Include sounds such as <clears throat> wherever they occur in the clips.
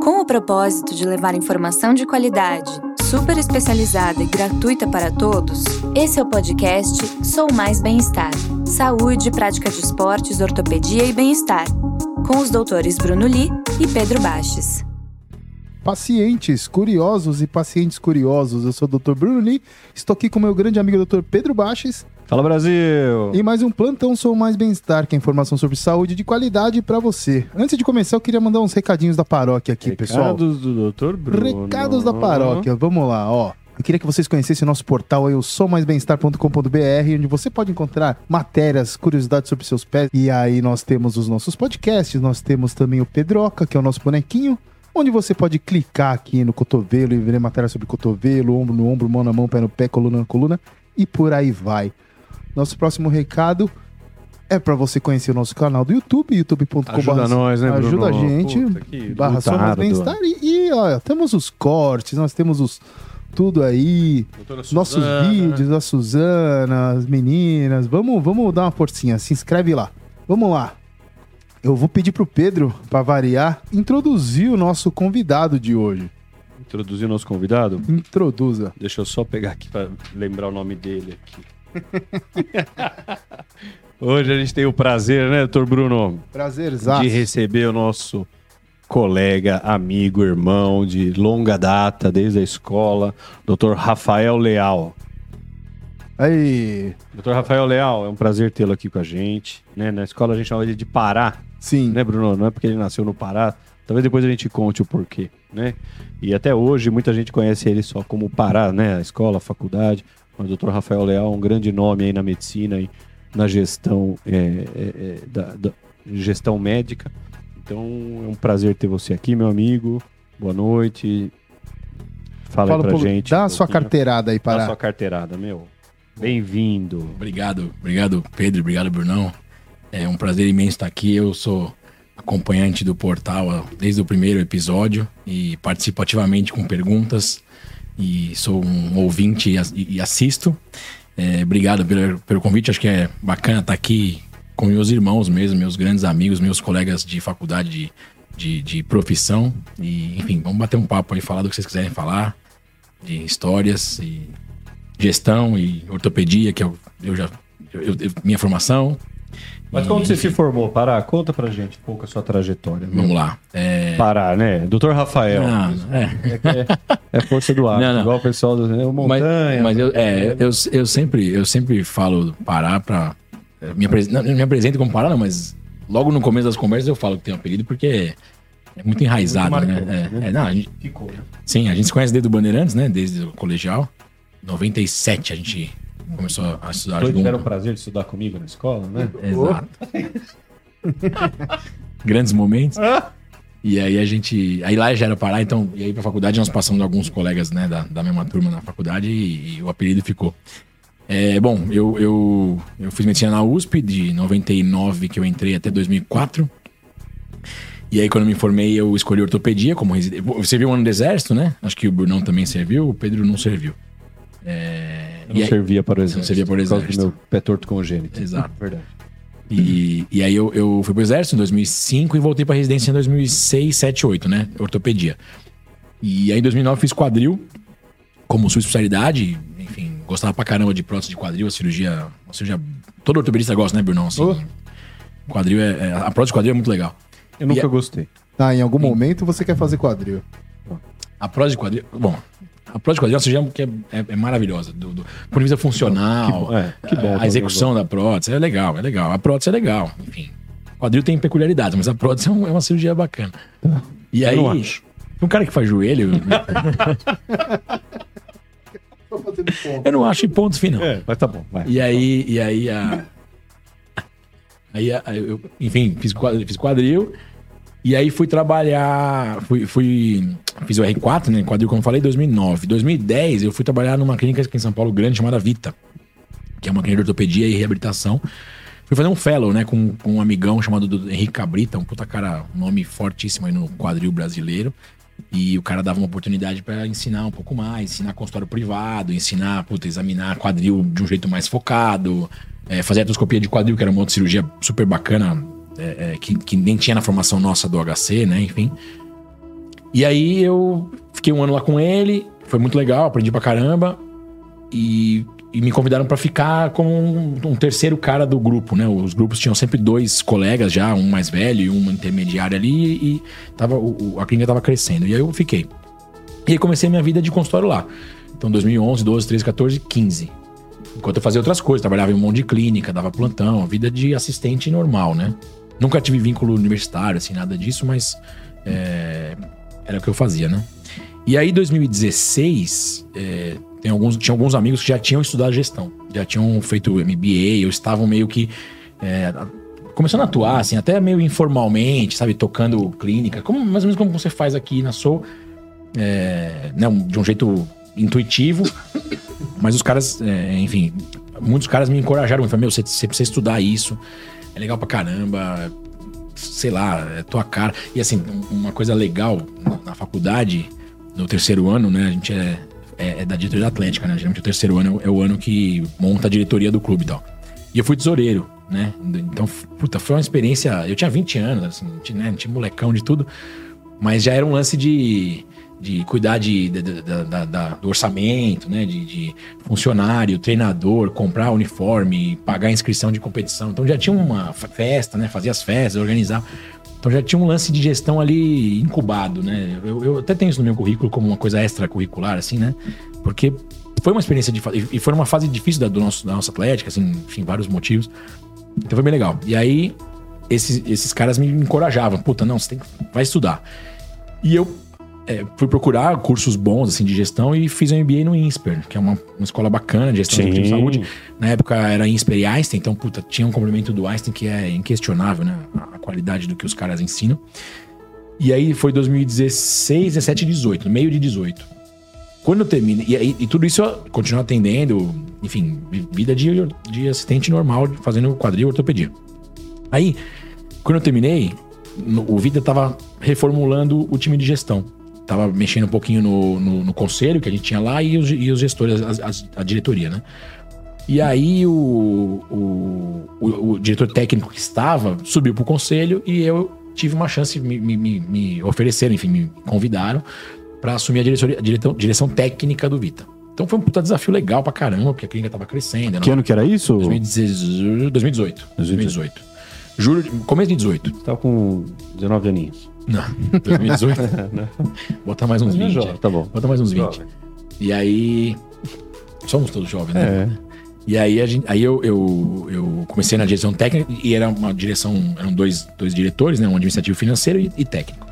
Com o propósito de levar informação de qualidade, super especializada e gratuita para todos, esse é o podcast Sou Mais Bem-Estar. Saúde, prática de esportes, ortopedia e bem-estar. Com os doutores Bruno Li e Pedro Baches. Pacientes curiosos e pacientes curiosos, eu sou o Dr. Bruno Li, estou aqui com meu grande amigo Dr. Pedro Baches Fala Brasil! E mais um Plantão Sou Mais Bem-Estar, que é informação sobre saúde de qualidade pra você. Antes de começar, eu queria mandar uns recadinhos da paróquia aqui, pessoal. Recados do Dr. Bruno. Recados da paróquia, vamos lá, ó. Eu queria que vocês conhecessem o nosso portal aí, o soumaisbemestar.com.br, onde você pode encontrar matérias, curiosidades sobre seus pés. E aí nós temos os nossos podcasts, nós temos também o Pedroca, que é o nosso bonequinho, onde você pode clicar aqui no cotovelo e ver matéria sobre cotovelo, ombro no ombro, mão na mão, pé no pé, coluna na coluna e por aí vai. Nosso próximo recado é para você conhecer o nosso canal do YouTube, youtube.com.br. Ajuda nós, né, Bruno? Ajuda a gente. Puta, que barra luta Somos árdua. Bem-Estar. E, e, ó, temos os cortes, nós temos os tudo aí, Doutora nossos Suzana. vídeos, a Suzana, as meninas. Vamos, vamos dar uma forcinha, se inscreve lá. Vamos lá. Eu vou pedir pro Pedro, para variar, introduzir o nosso convidado de hoje. Introduzir o nosso convidado. Introduza. Deixa eu só pegar aqui pra lembrar o nome dele <laughs> aqui. Hoje a gente tem o prazer, né, Dr. Bruno, Prazerzaço. de receber o nosso colega, amigo, irmão de longa data, desde a escola, Dr. Rafael Leal. Aí, Dr. Rafael Leal, é um prazer tê-lo aqui com a gente. né? Na escola a gente chama ele de Pará, sim. né, Bruno? Não é porque ele nasceu no Pará. Talvez depois a gente conte o porquê, né? E até hoje muita gente conhece ele só como Pará, né? A escola, a faculdade. Mas o Dr. Rafael Leal é um grande nome aí na medicina e na gestão, é, é, é, da, da- gestão médica. Então é um prazer ter você aqui, meu amigo. Boa noite. Fala, Fala aí pra pro- gente. Dá um a sua pouquinho. carteirada aí, Dá a Pará. sua carteirada, meu. Bem-vindo. Obrigado, obrigado Pedro, obrigado Brunão. É um prazer imenso estar aqui. Eu sou acompanhante do portal ah, desde o primeiro episódio e participo ativamente com perguntas e sou um ouvinte e as- e, e assisto. É, obrigado pelo, pelo convite, acho que é bacana estar aqui com meus irmãos mesmo, meus grandes amigos, meus colegas de faculdade de, de, de profissão. E, enfim, vamos bater um papo aí, falar do que vocês quiserem falar, de histórias e gestão e ortopedia, que eu, eu já. eu- eu- eu- minha formação. Mas E, como você se enfim, formou, Pará? Conta pra gente um pouco a sua trajetória. Vamos lá. É, Pará, né? Doutor Rafael. ah, é. É força do ar. Não, não. Igual o pessoal do né? O Mas, Montanha. mas eu, é, eu, eu sempre, eu sempre falo Pará pra. eu Me apresen- não, eu me apresento como Pará, não, mas logo no começo das conversas eu falo que tem um apelido porque é muito enraizado, Muito né? marcante, É, é, não, a gente- Ficou, né? sim, a gente se conhece desde o Bandeirantes, né? Desde o colegial. 97 a gente começou a estudar Todos tiveram o junto. prazer de estudar comigo na escola, né? Exato. <laughs> Grandes momentos. Ah! E aí a gente. Aí lá já era Pará, então. E aí pra faculdade nós passamos alguns colegas, né, da, da mesma turma na faculdade e, e o apelido ficou. É, bom, eu, eu, eu fiz medicina na USP de 99 que eu entrei até 2004. E aí quando eu me formei eu escolhi ortopedia como residente. Você viu o ano do exército, né? Acho que o Brunão também serviu, o Pedro não serviu. É, Eu não e aí- servia para o exército. servia para o por causa do exército. meu pé torto congênito. Exato. Verdade. E, e aí eu, eu fui pro exército em 2005 e voltei pra residência em 2006, 7, 8, né? Ortopedia. E aí em 2009 fiz quadril como sua especialidade. Enfim, gostava pra caramba de prótese de quadril, a cirurgia... A cirurgia todo ortopedista gosta, né, Brunão? Assim, Quadril é, é- A prótese de quadril é muito legal. Eu nunca E a- gostei. Ah, em algum momento você quer fazer quadril. A prótese de quadril... Bom, a prótese de quadril é uma cirurgia que é, é- é maravilhosa. Do, do, ponto de vista funcional... Que bo- é, que bom, a- tá A execução da prótese é legal, é legal. A prótese é legal, enfim. O quadril tem peculiaridades, mas a prótese é, um- é uma cirurgia bacana. E aí, Tá. não acho. um cara que faz joelho, <laughs> Tô fazendo ponto. eu não acho em ponto final. É, mas tá bom, vai. E aí, e <laughs> aí a. Aí, a- aí eu, enfim, fiz quadril, fiz quadril. E aí fui trabalhar, fui, fui fiz o R4, né, quadril como eu falei, em 2009. Em 2010 eu fui trabalhar numa clínica aqui em São Paulo grande chamada Vita, que é uma clínica de ortopedia e reabilitação. Fui fazer um fellow, né, com, com um amigão chamado do Henrique Cabrita, um puta cara, um nome fortíssimo aí no quadril brasileiro. E o cara dava uma oportunidade pra ensinar um pouco mais, ensinar consultório privado, ensinar, puta, examinar quadril de um jeito mais focado, é, fazer artroscopia de quadril, que era uma outra cirurgia super bacana, é, é, que, que nem tinha na formação nossa do HC, né? Enfim. E aí eu fiquei um ano lá com ele, foi muito legal, aprendi pra caramba. E, e me convidaram pra ficar como um, um terceiro cara do grupo, né? Os grupos tinham sempre dois colegas já, um mais velho e um intermediário ali, e tava, o- o- a clínica tava crescendo. E aí eu fiquei. E aí comecei minha vida de consultório lá. Então 2011, 12, 13, 14, 15. Enquanto eu fazia outras coisas, trabalhava em um monte de clínica, dava plantão, vida de assistente normal, né? Nunca tive vínculo universitário, assim, nada disso, mas é, era o que eu fazia, né? E aí, 2016, é, tem alguns, tinha alguns amigos que já tinham estudado gestão, já tinham feito MBA, ou estavam meio que é, começando a atuar, assim, até meio informalmente, sabe? Tocando clínica, como, mais ou menos como você faz aqui na Soul, é, né, um- de um jeito intuitivo, mas os caras, é, enfim, muitos caras me encorajaram. Me falaram, meu, você, você precisa estudar isso. É legal pra caramba. Sei lá, é tua cara. E assim, um- uma coisa legal na, na faculdade, no terceiro ano, né? A gente é, é- é da diretoria da Atlética, né? Geralmente o terceiro ano é o ano que monta a diretoria do clube e tal. E eu fui tesoureiro, né? Então, f- puta, foi uma experiência. Eu tinha 20 anos, assim, tinha, né, tinha molecão de tudo. Mas já era um lance de, de cuidar de, da- da- da- da- do orçamento, né? De, de funcionário, treinador, comprar uniforme, pagar inscrição de competição. Então já tinha uma fa- festa, né? Fazia as festas, organizava. Então já tinha um lance de gestão ali incubado, né? Eu, eu até tenho isso no meu currículo como uma coisa extracurricular, assim, né? Porque foi uma experiência de, fa- e e foi uma fase difícil da, do nosso, da nossa atlética, assim, enfim, vários motivos. Então foi bem legal. E aí, esses, esses caras me encorajavam. Puta, não, você tem que. Vai estudar. E eu é, fui procurar cursos bons, assim, de gestão e fiz um MBA no INSPER, que é uma, uma escola bacana de gestão de saúde. Na época era INSPER e Einstein, então, puta, tinha um complemento do Einstein que é inquestionável, né? A a qualidade do que os caras ensinam. E aí foi 2016, 17 e 18, no meio de 18. Quando eu termino, e, aí- e tudo isso eu continuo atendendo, enfim, vi- vida de, de assistente normal, de- fazendo quadril e ortopedia. Aí, quando eu terminei, no- o Vida tava reformulando o time de gestão. Tava mexendo um pouquinho no, no- no conselho que a gente tinha lá e os, e os gestores, as- as- a diretoria, né? E aí o, o, o- o diretor técnico que estava subiu pro conselho e eu tive uma chance, me, me, me- me ofereceram, enfim, me convidaram para assumir a diretoria- a direção, direção técnica do Vita. Então foi um puta desafio legal pra caramba, porque a clínica tava crescendo. era Que ano que era isso? 2018. 2018. 2018. Julho, de- começo de 18. Você tava tá com 19 aninhos. Não, <laughs> <laughs> 2018. Bota mais uns 20. Jovem, Tá bom. Bota mais uns 20. Jovem. E aí. Somos todos jovens, né? É. E aí, a gente, aí eu, eu, eu comecei na direção técnica e era uma direção, eram dois, dois diretores, né? Um administrativo financeiro e, e técnico.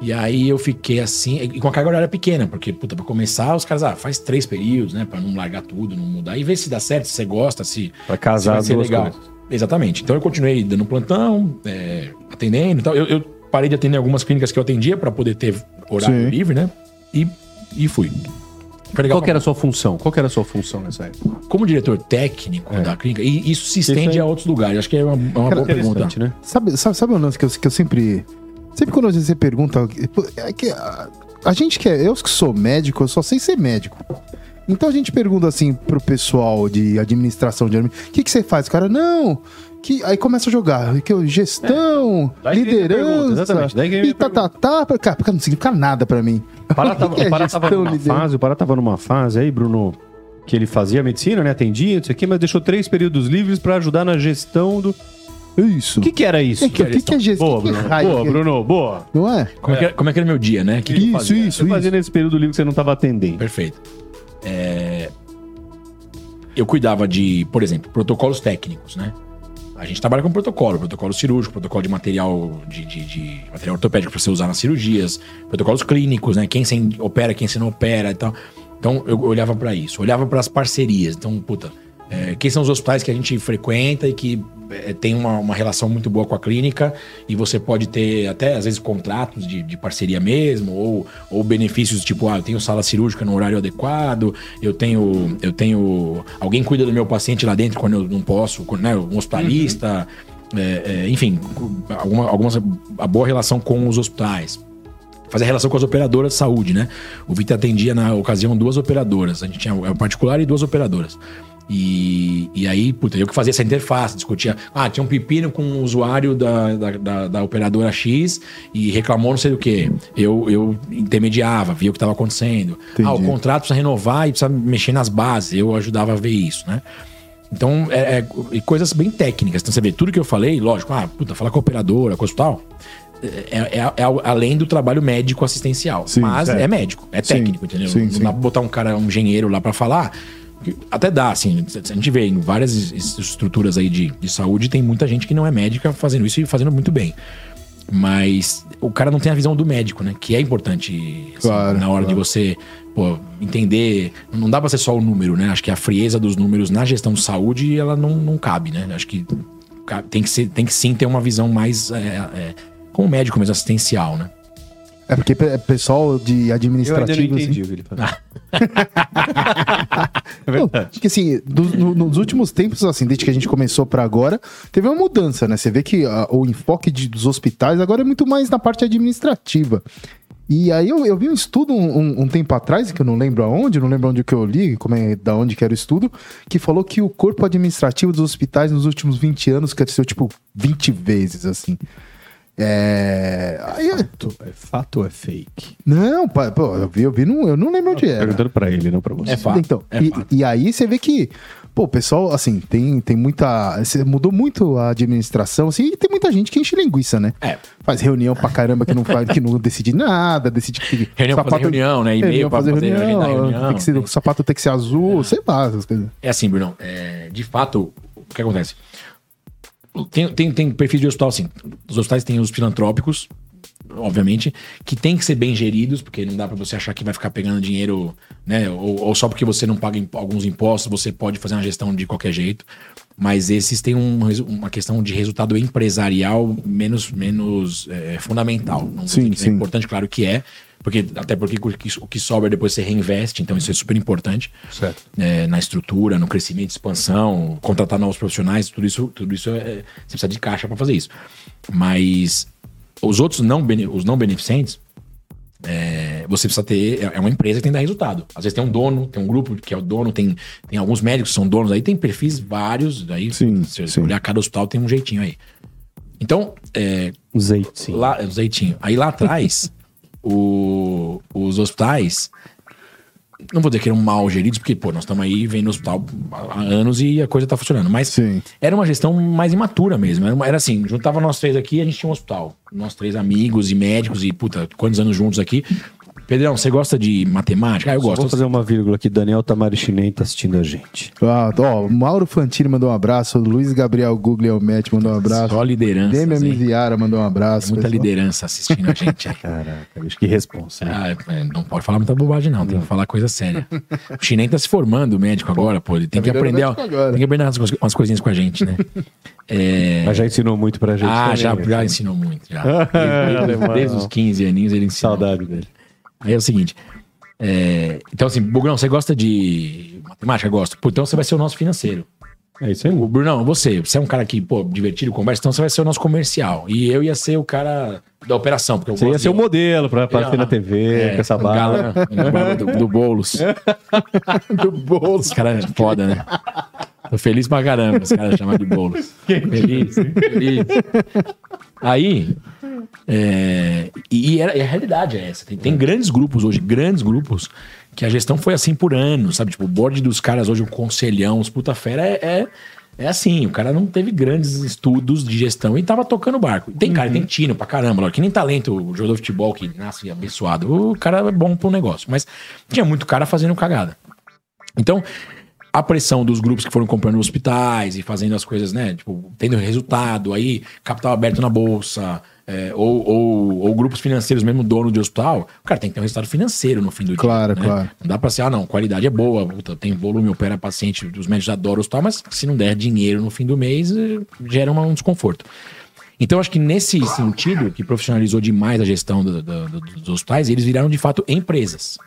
E aí eu fiquei assim, e com a carga horária pequena, porque, puta, pra começar, os caras, ah, faz três períodos, né? Pra não largar tudo, não mudar. E vê se dá certo, se você gosta, se, Pra casar vai as ser duas legal. coisas. Exatamente. Então eu continuei dando plantão, é, atendendo e tal. Eu, eu parei de atender algumas clínicas que eu atendia para poder ter horário Sim. livre, né? E, e fui. Foi legal Qual que é? era a sua função? Qual que era a sua função nessa época? Como diretor técnico da clínica, e isso É. se Isso estende aí- a outros lugares. Acho que é uma, é uma boa pergunta. Interessante, né? Sabe, sabe, sabe um lance que eu, que eu sempre. Sempre quando às vezes você pergunta. pô, É que a, a gente que é. Eu que sou médico, eu só sei ser médico. Então a gente pergunta assim pro pessoal de administração de admi- o que, que você faz? O cara, não. Que, aí começa a jogar. "É Que eu- gestão, É. Daí que vem a pergunta, liderança. exatamente, daí que vem a E tá, tá, tá, pra- cara, cara, não significa nada pra mim. O Pará tava, <laughs> O que que é o Pará tava gestão, numa liderança? fase, o Pará tava numa fase aí, Bruno, que ele fazia medicina, né? Atendia, não sei o quê, mas deixou três períodos livres pra ajudar na gestão do. Isso. O que, que era isso? É que- o que que é gestão? Boa, Que Bruno. raio boa, que é? Bruno. Boa. Não é? Como é. que era, como é que era meu dia, né? Que que eu Isso, fazia? isso, Você fazia isso. nesse período livre que você não tava atendendo. Perfeito. É, eu cuidava de, por exemplo, protocolos técnicos, né? A gente trabalha com protocolo, protocolo cirúrgico, protocolo de material de, de- de material ortopédico para você usar nas cirurgias, protocolos clínicos, né? Quem você opera, quem você não opera e tal. Então eu olhava para isso, olhava para as parcerias. Então, puta, é, quem são os hospitais que a gente frequenta e que é, tem uma, uma relação muito boa com a clínica e você pode ter até às vezes contratos de, de parceria mesmo ou, ou benefícios tipo ah eu tenho sala cirúrgica no horário adequado eu tenho eu tenho alguém cuida do meu paciente lá dentro quando eu não posso quando, né, um hospitalista é, é, enfim alguma, algumas a boa relação com os hospitais fazer relação com as operadoras de saúde, né? O Vita atendia na ocasião duas operadoras. A gente tinha o particular e duas operadoras. E, e aí, puta, eu que fazia essa interface, discutia. Ah, tinha um pepino com um usuário da, da, da- da operadora X e reclamou não sei do que. Eu, eu intermediava, via o que estava acontecendo. Ah, o Entendi. contrato precisa renovar e precisa mexer nas bases. Eu ajudava a ver isso, né? Então, é, é- e coisas bem técnicas. Então, você vê, tudo que eu falei, lógico, ah, puta, falar com a operadora, coisa e tal, é, é- é algo além do trabalho médico assistencial. Sim, mas certo. é médico, é Sim, técnico, entendeu? sim, Não sim. dá pra botar um cara, um engenheiro lá pra falar. que Até dá, assim. A gente vê em várias es- es- estruturas aí de, de saúde, tem muita gente que não é médica fazendo isso e fazendo muito bem. Mas o cara não tem a visão do médico, né? Que é importante assim, Claro, na hora de claro. você pô, entender. Não dá pra ser só o número, né? Acho que a frieza dos números na gestão de saúde, ela não, não cabe, né? Acho que ca- tem que, ser, tem que sim ter uma visão mais. É, é, como médico mesmo, assistencial, né? É porque pe- é pessoal de Eu ainda não administrativo. assim. entendi o que ele falou. é Não, verdade. Porque assim, do- no- nos últimos tempos, assim, desde que a gente começou pra agora, teve uma mudança, né? Você vê que ah, o enfoque de- dos hospitais agora é muito mais na parte administrativa. E aí eu, eu vi um estudo um, um- um tempo atrás, que eu não lembro aonde, não lembro onde que eu li, como é, da onde que era o estudo, que falou que o corpo administrativo dos hospitais nos últimos 20 anos cresceu, tipo, 20 vezes, assim. É... Aí, Fato, é fato ou é fake? É, não, pá, pô, eu vi, eu vi, não, eu não lembro onde era. Perguntando pra ele, não pra você. É fato. Então, é e, fato. e aí você vê que, pô, o pessoal, assim, tem, tem muita. cê- Mudou muito a administração, assim, e tem muita gente que enche linguiça, né? É. Faz reunião pra caramba que não, faz, que não <laughs> decide nada, decide que. <laughs> Reunião pra fazer reunião, né? E-mail Reunião pra fazer pra fazer- reunião, agendar reunião. tem que ser- o sapato tem que ser azul, sei lá, essas coisas. É assim, Brunão. é, de fato, o que acontece? Tem, tem, tem perfil de hospital, assim. Os hospitais têm os filantrópicos, obviamente, que tem que ser bem geridos, porque não dá pra você achar que vai ficar pegando dinheiro, né? Ou, ou só porque você não paga imp- alguns impostos, você pode fazer uma gestão de qualquer jeito. Mas esses têm um resu- uma questão de resultado empresarial menos, menos é, fundamental. Não Sim, sei que sim. É importante, claro que é. Porque, até porque o que- o que sobra depois você reinveste, então isso é super importante Certo. é, na estrutura, no crescimento, expansão, contratar novos profissionais, tudo isso, tudo isso é, você precisa de caixa para fazer isso. Mas os outros não, bene- os não beneficentes, é, você precisa ter. É é uma empresa que tem que dar resultado. Às vezes tem um dono, tem um grupo que é o dono, tem, tem alguns médicos que são donos aí, tem perfis vários. Aí, Sim, se você sim. olhar cada hospital, tem um jeitinho aí. Então, é, O Zeitinho. Lá, é, um jeitinho. Aí lá atrás, <laughs> o- os hospitais. Não vou dizer que eram mal geridos, porque, pô, nós estamos aí vendo hospital há anos e a coisa tá funcionando. Mas Sim. era uma gestão mais imatura mesmo. Era, uma- era assim, juntava nós três aqui, a gente tinha um hospital. Nós três amigos e médicos e, puta, quantos anos juntos aqui. Pedrão, você gosta de matemática? Ah, eu Só gosto. Vou fazer uma vírgula aqui. Daniel Tamarichiném tá assistindo a gente. Ah, ó, o Mauro Fantini mandou um abraço, o Luiz Gabriel Guglielmetti mandou um abraço, Só liderança. Demian hein? Miviara mandou um abraço. É Muita pessoal. <laughs> liderança assistindo a gente aí. Caraca, bicho, que responsa. né? Ah, é, não pode falar muita bobagem, não. Tem que falar coisa séria. O Chinem tá se formando médico agora, pô. Ele tem, Tá que virando aprender, médico ó, agora. tem que aprender umas, cois- umas coisinhas com a gente, <laughs> né? É, Mas já ensinou muito pra gente. ah, também, já, né? já ensinou muito. Já. <laughs> Alemão. Desde, desde os 15 aninhos ele ensinou. Saudade dele. Aí é o seguinte. é, então, assim, Bugão, você gosta de matemática? Gosto. Pô, então você vai ser o nosso financeiro. É isso aí. O Brunão, você, você é um cara que, pô, divertido, conversa, então você vai ser o nosso comercial. E eu ia ser o cara da operação, porque eu Você gosto ia ser o de- modelo pra aparecer é Ah, na TV, com essa um barba. <laughs> galã, um barba do, do Boulos. do Boulos. Os caras é foda, né? Tô feliz pra caramba, os caras chamam de Boulos. Feliz, feliz. Aí, é, e, e era- e a realidade é essa. Tem, tem grandes grupos hoje, grandes grupos, que a gestão foi assim por anos, sabe? Tipo, o board dos caras hoje, o conselhão, os puta fera, é, é, é assim. O cara não teve grandes estudos de gestão e tava tocando o barco. Tem cara, tem tino pra caramba, lógico, que nem talento, o jogador de futebol que nasce é abençoado. O cara é bom pro negócio, mas tinha muito cara fazendo cagada. Então, a pressão dos grupos que foram comprando hospitais e fazendo as coisas, né? Tipo, tendo resultado, aí capital aberto na bolsa, é, ou, ou- ou grupos financeiros, mesmo dono de hospital, o cara tem que ter um resultado financeiro no fim do Claro, dia. né? claro. Não dá pra ser, ah, não, qualidade é boa, puta, tem volume, opera paciente, os médicos adoram o hospital, mas se não der dinheiro no fim do mês, eh, gera uma- um desconforto. Então, acho que nesse sentido, que profissionalizou demais a gestão do- do- do- dos hospitais, eles viraram de fato empresas.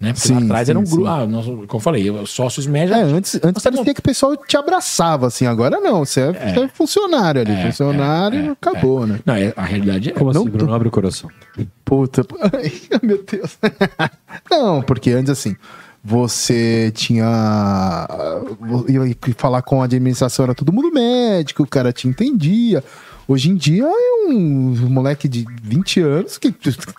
Né? Porque lá Sim, atrás sim, eram sim. grupos. Ah, nós, como eu falei, os sócios médios. É, antes, antes Nossa, parecia não- que o pessoal te abraçava, assim. Agora não, você é, você é funcionário ali. funcionário acabou, né? Não, é- a realidade é. Como Não assim, Bruno? Abre o coração. <laughs> Puta. Ai, meu Deus. não, porque antes, assim, você tinha. Eu ia falar com a administração, era todo mundo médico, o cara te entendia. Hoje em dia é um moleque de 20 anos que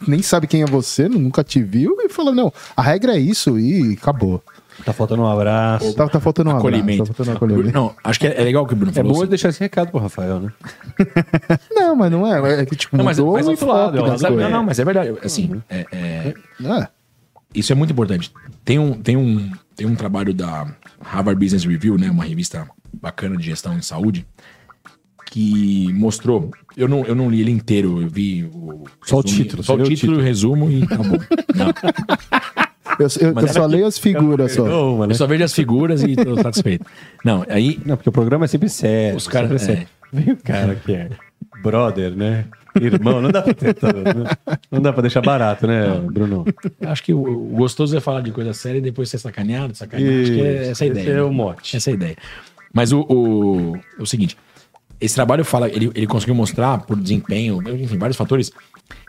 nem sabe quem é você, nunca te viu, e fala: não, a regra é isso e acabou. Tá faltando um abraço. Tá, tá faltando um abraço, Acolhimento. tá faltando um acolhimento. Não, acho que é é legal o que o Bruno É falou. bom ele deixar esse recado pro Rafael, né? Não, mas não é. É que tipo, Não, mas, mudou mas o outro lado, foco ó, das sabe? não, coisas. não, mas é verdade. Uhum. Assim, é- é- É. isso é muito importante. Tem um, tem, um, tem um trabalho da Harvard Business Review, né? Uma revista bacana de gestão em saúde, que mostrou. Eu não, eu não li ele inteiro, eu vi o. Só o resumi- título, Só você o leu o título, o resumo <laughs> e acabou. Não, Eu, eu- eu só leio as figuras só. Não, é eu só vejo as figuras e tô satisfeito. Não, aí né? Não, porque o programa é sempre sério. Os caras- sempre sério. Vem o cara que é brother, né? Irmão, não dá pra tentar, né? Não dá pra deixar barato, né, Bruno? Acho que o o gostoso é falar de coisa séria e depois ser sacaneado, sacaneado. Acho que é Isso, essa a ideia. esse é né? o mote. Essa é a ideia. Mas o, o, é o seguinte, esse trabalho fala, ele, ele conseguiu mostrar por desempenho, enfim, vários fatores,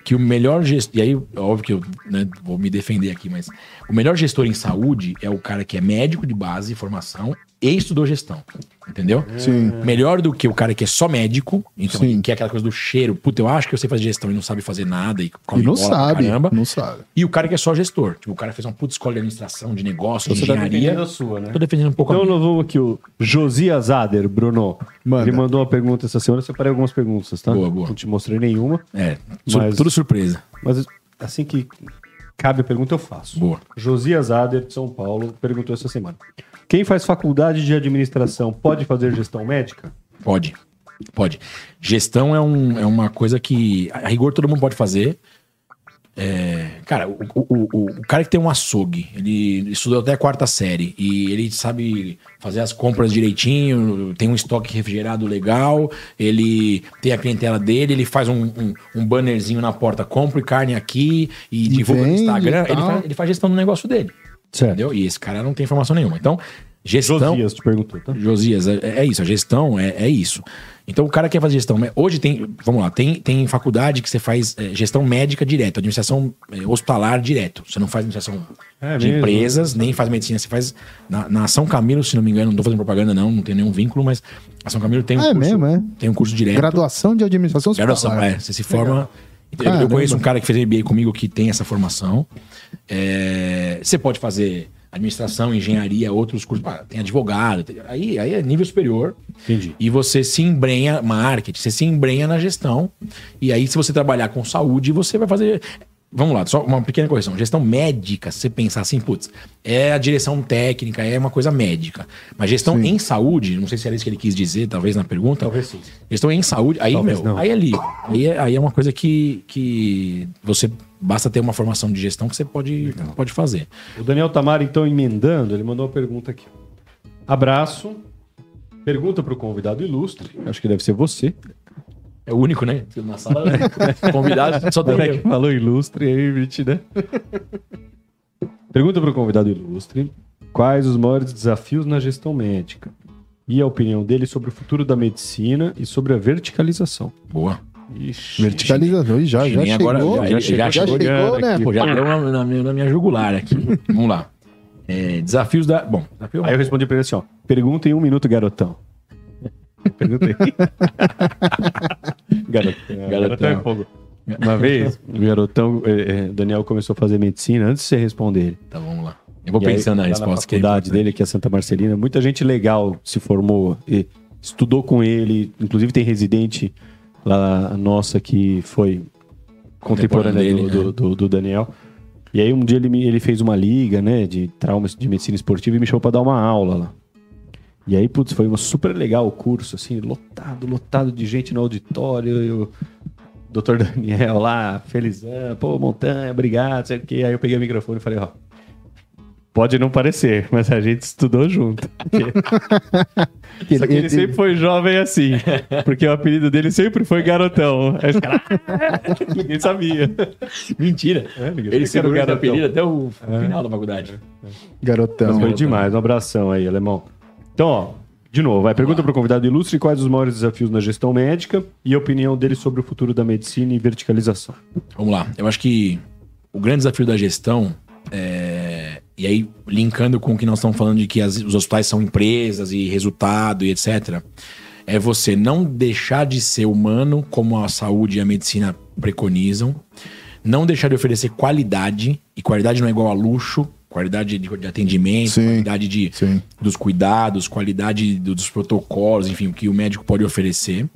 que o melhor gestor, e aí óbvio que eu né, vou me defender aqui, mas o melhor gestor em saúde é o cara que é médico de base, formação e estudou gestão, entendeu? Sim. Melhor do que o cara que é só médico, então, Sim. que é aquela coisa do cheiro, puta, eu acho que eu sei fazer gestão e não sabe fazer nada e come E não bola pra sabe. caramba. Não sabe. E o cara que é só gestor. Tipo, o cara fez uma puta escola de administração, de negócio, de Você tá engenharia. defendendo a sua, né? Tô defendendo um pouco Então a minha. nós vamos aqui, o Josias Ader, Bruno. Manda. Ele mandou uma pergunta essa semana, eu separei algumas perguntas, tá? Boa, boa. Não te mostrei nenhuma, É, sur- Mas- tudo surpresa. mas assim que cabe a pergunta eu faço. Boa. Josias Ader, de São Paulo, perguntou essa semana. Quem faz faculdade de administração pode fazer gestão médica? Pode. Pode. Gestão é, um, é uma coisa que, a rigor, todo mundo pode fazer. É, cara, o, o- o- o cara que tem um açougue, ele estudou até a quarta série e ele sabe fazer as compras direitinho, tem um estoque refrigerado legal, ele tem a clientela dele, ele faz um, um, um bannerzinho na porta, compre carne aqui e, divulga no vende e Instagram. Ele tal. faz, ele faz gestão do negócio dele. Certo. Entendeu? E esse cara não tem informação nenhuma. Então, gestão. Josias te perguntou, tá? Josias, é, é isso, a gestão é, é isso. Então o cara quer fazer gestão. né? Hoje tem, vamos lá, tem, tem faculdade que você faz é, gestão médica direto, administração é, hospitalar direto. Você não faz administração É de mesmo? empresas, nem faz medicina. Você faz na, na São Camilo, se não me engano, não tô fazendo propaganda não, não tem nenhum vínculo, mas a São Camilo tem um Ah, é curso, mesmo, é? tem um curso direto. Graduação de administração Graduação, hospitalar. é. Você se forma. Eu- Eu, Caramba. conheço um cara que fez MBA comigo que tem essa formação. É, você pode fazer administração, engenharia, outros cursos. Ah, tem advogado. tem- aí, aí é nível superior. Entendi. E você se embrenha, marketing, você se embrenha na gestão. E aí, se você trabalhar com saúde, você vai fazer. Vamos lá, só uma pequena correção. Gestão médica, se você pensar assim, putz, é a direção técnica, é uma coisa médica. Mas gestão em saúde, não sei se era isso que ele quis dizer, talvez na pergunta. Talvez sim. Gestão em saúde, aí, Talvez meu, não. aí é livre. Aí é, aí é uma coisa que, que você basta ter uma formação de gestão que você pode, pode fazer. O Daniel Tamara, então, emendando, ele mandou uma pergunta aqui. Abraço. Pergunta para o convidado ilustre. Acho que deve ser você. É o único, né? Na sala, <laughs> convidado, só tem Como é eu. que falou ilustre aí, Vit, né? <laughs> Pergunta para o convidado ilustre. Quais os maiores desafios na gestão médica? E a opinião dele sobre o futuro da medicina e sobre a verticalização. Boa. Ixi. Verticalizador. Ih, Já, já Nem chegou. agora- já, já- já chegou, já chegou, chegou, já- né? É, Pô, já deu na, na minha- na minha jugular aqui. Vamos lá. É, desafios da. Bom, desafio. Aí eu respondi para ele assim, ó. Pergunta em um minuto, <laughs> garotão. <laughs> Perguntei. garotão. Garotão é fogo. Uma vez, o garotão, eh, eh, Daniel começou a fazer medicina antes de você responder ele. Tá, vamos lá. Eu vou E aí, pensando na lá resposta que na é faculdade dele, que é Santa Marcelina, muita gente legal se formou e estudou com ele, inclusive tem residente lá nossa que foi contemporânea Contemporânea dele, do, né? do- do- do Daniel. E aí um dia ele, me- ele fez uma liga, né, de traumas de medicina esportiva e me chamou pra dar uma aula lá. E aí, putz, foi uma super legal o curso, assim, lotado, lotado de gente no auditório, e o doutor Daniel lá, felizão, pô, Montanha, obrigado, sei o quê. Aí eu peguei o microfone e falei, ó, Pode não parecer, mas a gente estudou junto. Só que ele sempre foi jovem <laughs> assim, porque o apelido dele sempre foi Garotão. Aí os caras, "Ah", ninguém sabia. Mentira. Ele sempre segurou o É. garotão. apelido até o final da faculdade. Mas Garotão. foi demais, um abração aí, alemão. Então, ó, de novo, vai, pergunta para o convidado ilustre quais os maiores desafios na gestão médica e a opinião dele sobre o futuro da medicina e verticalização. Vamos lá. Eu acho que o grande desafio da gestão é, E aí, linkando com o que nós estamos falando de que as- os hospitais são empresas e resultado e etc., é você não deixar de ser humano, como a saúde e a medicina preconizam, não deixar de oferecer qualidade, e qualidade não é igual a luxo, qualidade de, de atendimento, Sim. qualidade de, Sim. dos cuidados, qualidade do- dos protocolos, enfim, o que o médico pode oferecer,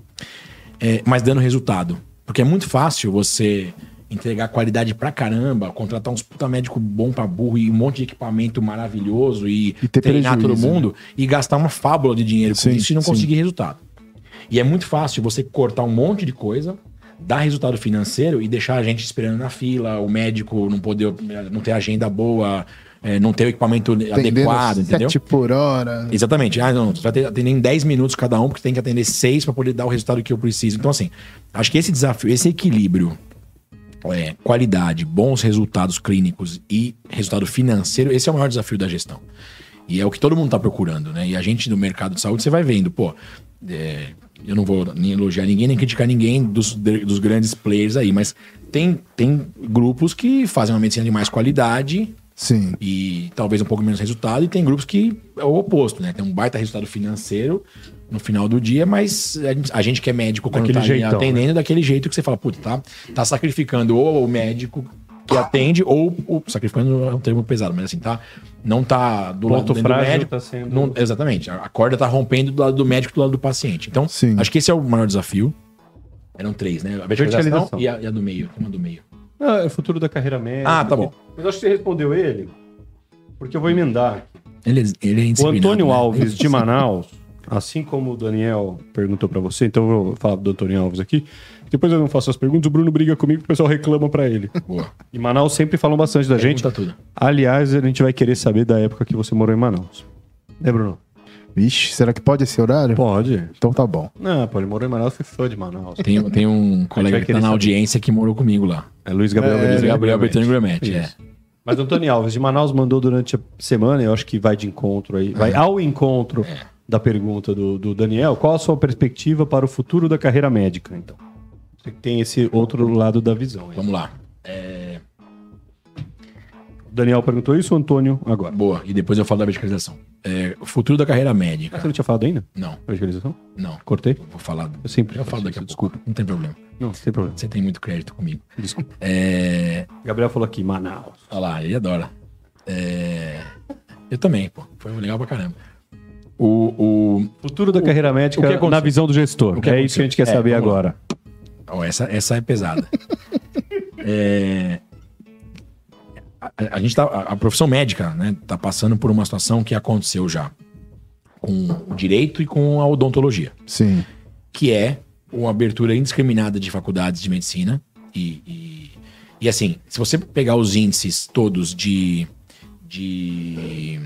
é, mas dando resultado. Porque é muito fácil você entregar qualidade pra caramba, contratar uns puta médico bom pra burro e um monte de equipamento maravilhoso e, E ter treinar todo prejuízo, né? mundo e gastar uma fábula de dinheiro com Sim, isso e não sim. conseguir resultado. E é muito fácil você cortar um monte de coisa, dar resultado financeiro e deixar a gente esperando na fila, o médico não poder, não ter agenda boa, é, não ter o equipamento Atendendo adequado, entendeu? Sete por hora. Exatamente. Ah, não, você vai ter- atender em 10 minutos cada um, porque tem que atender seis para poder dar o resultado que eu preciso. Então, assim, acho que esse desafio, esse equilíbrio, é, qualidade, bons resultados clínicos e resultado financeiro, esse é o maior desafio da gestão. E é o que todo mundo está procurando, né? E a gente do mercado de saúde, você vai vendo, pô, é, eu não vou nem elogiar ninguém, nem criticar ninguém dos, de- dos grandes players aí, mas tem, tem grupos que fazem uma medicina de mais qualidade, Sim. e talvez um pouco menos resultado, e tem grupos que é o oposto, né? Tem um baita resultado financeiro no final do dia, mas a gente- a gente que é médico quando Daquele tá ali jeitão, né? atendendo daquele jeito que você fala, puta, tá, tá sacrificando ou o médico Ah. que atende, ou o. Sacrificando é um termo pesado, mas assim, tá? Não tá do Ponto lado do frágil médico. tá sendo- não- exatamente. A a corda tá rompendo do lado do médico e do lado do paciente. Então, Sim. acho que esse é o maior desafio. Eram três, né? A verticalização, Verticalização. e a, e a do meio. Uma do meio. Ah, é o futuro da carreira médica. Ah, tá bom. Mas acho que você respondeu ele, porque eu vou emendar. Ele, ele é O indisciplinado, Antônio né? <laughs> Alves de Manaus, assim como o Daniel perguntou pra você, então eu vou falar do Antônio Alves aqui. Depois eu não faço as perguntas, o Bruno briga comigo, o pessoal reclama pra ele. Boa. E Manaus sempre falam bastante da gente. Pergunta tudo. Aliás, a gente vai querer saber da época que você morou em Manaus. Né, Bruno? Vixe, será que pode esse horário? Pode. Então tá bom. Não, pô, ele morou em Manaus, foi fã de Manaus. Tem, tem <laughs> um colega é vai que tá querer na saber. audiência que morou comigo lá. É Luiz Gabriel Luiz Bertani Gabriel Grumete. Bertani Grumete, é. Isso. Mas o Antônio Alves de Manaus mandou durante a semana, eu acho que vai de encontro aí, É. vai ao encontro da pergunta do, do Daniel, qual a sua perspectiva para o futuro da carreira médica, então? Você que tem esse outro lado da visão. aí. Vamos lá. O Daniel perguntou isso, o Antônio agora. Boa. E depois eu falo da verticalização. É, o futuro da carreira Ah, médica. Você não tinha falado ainda? Não, Evangelização? não. Cortei? Eu vou falar. Eu sempre Eu falo daqui a pouco. Desculpa. Não tem problema. Não, sem problema. Você tem muito crédito comigo. Desculpa. É, Gabriel falou aqui, Manaus. olha lá, ele adora. É, eu também, pô. Foi legal pra caramba. O, o, Futuro da carreira médica o que aconteceu? na visão do gestor. O que é isso que a gente quer aconteceu? É, saber vamos lá. agora. Ó, essa, essa é pesada. É, a, a gente tá, a, a profissão médica, né, tá passando por uma situação que aconteceu já com o direito e com a odontologia, Sim. que é uma abertura indiscriminada de faculdades de medicina e, e, e assim, se você pegar os índices todos de de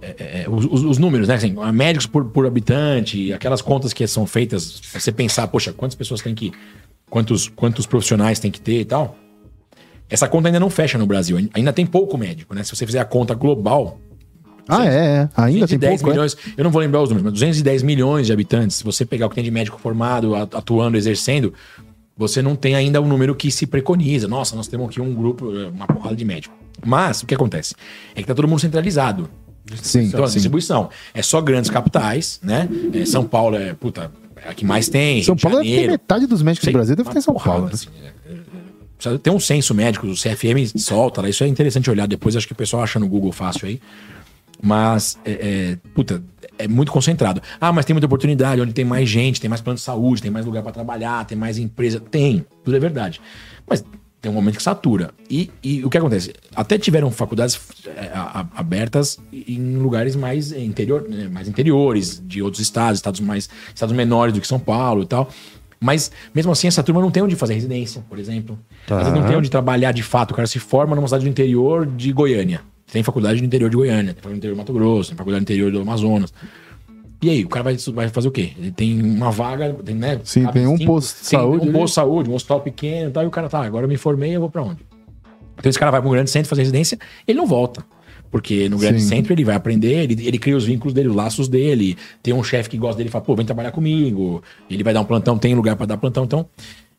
é, é, os, os- os números, né? Assim, médicos por, por habitante, aquelas contas que são feitas, você pensar, poxa, quantas pessoas tem que. Quantos, quantos profissionais tem que ter e tal. Essa conta ainda não fecha no Brasil. ain- Ainda tem pouco médico, né? Se você fizer a conta global, Ah, é, é. Ainda tem 210 pouco, é? milhões, eu não vou lembrar os números, mas 210 milhões de habitantes, se você pegar o que tem de médico formado, a- atuando, exercendo, você não tem ainda o número que se preconiza. Nossa, nós temos aqui um grupo, eh, uma porrada de médico. Mas o que acontece? É que tá todo mundo centralizado. Sim, Então, a sim. distribuição é só grandes capitais, né? É, São Paulo é, puta, é a que mais tem. São Rio de Paulo é deve ter Janeiro, metade dos médicos sei, do Brasil, deve uma ter em São porrada, Paulo. né? assim, é, é, é. Tem um censo médico, o CFM solta, lá, isso é interessante olhar depois, acho que o pessoal acha no Google fácil aí. Mas, é, é, puta, é muito concentrado. Ah, mas tem muita oportunidade, onde tem mais gente, tem mais plano de saúde, tem mais lugar pra trabalhar, tem mais empresa. Tem, tudo é verdade. Mas tem um momento que satura. E, e o que acontece? Até tiveram faculdades é, a- a- abertas em lugares mais, interior, né, mais interiores, de outros estados, estados mais estados menores do que São Paulo e tal. Mas, mesmo assim, essa turma não tem onde fazer residência, por exemplo. Às vezes não tem onde trabalhar de fato. O cara se forma numa cidade do interior de Goiânia. Tem faculdade no interior de Goiânia, tem faculdade no interior do Mato Grosso, tem faculdade no interior do Amazonas. E aí, o cara vai, vai fazer o quê? Ele tem uma vaga, tem, né? Sim, cabe tem um cinco- posto de tem saúde Um ali. posto de saúde, um hospital pequeno e tal. E o cara tá, agora eu me formei, eu vou pra onde? Então esse cara vai para um grande centro fazer residência, ele não volta. Porque no grande Sim. centro ele vai aprender, ele, ele cria os vínculos dele, os laços dele. Tem um chefe que gosta dele e fala, pô, vem trabalhar comigo. Ele vai dar um plantão, tem lugar para dar plantão. Então,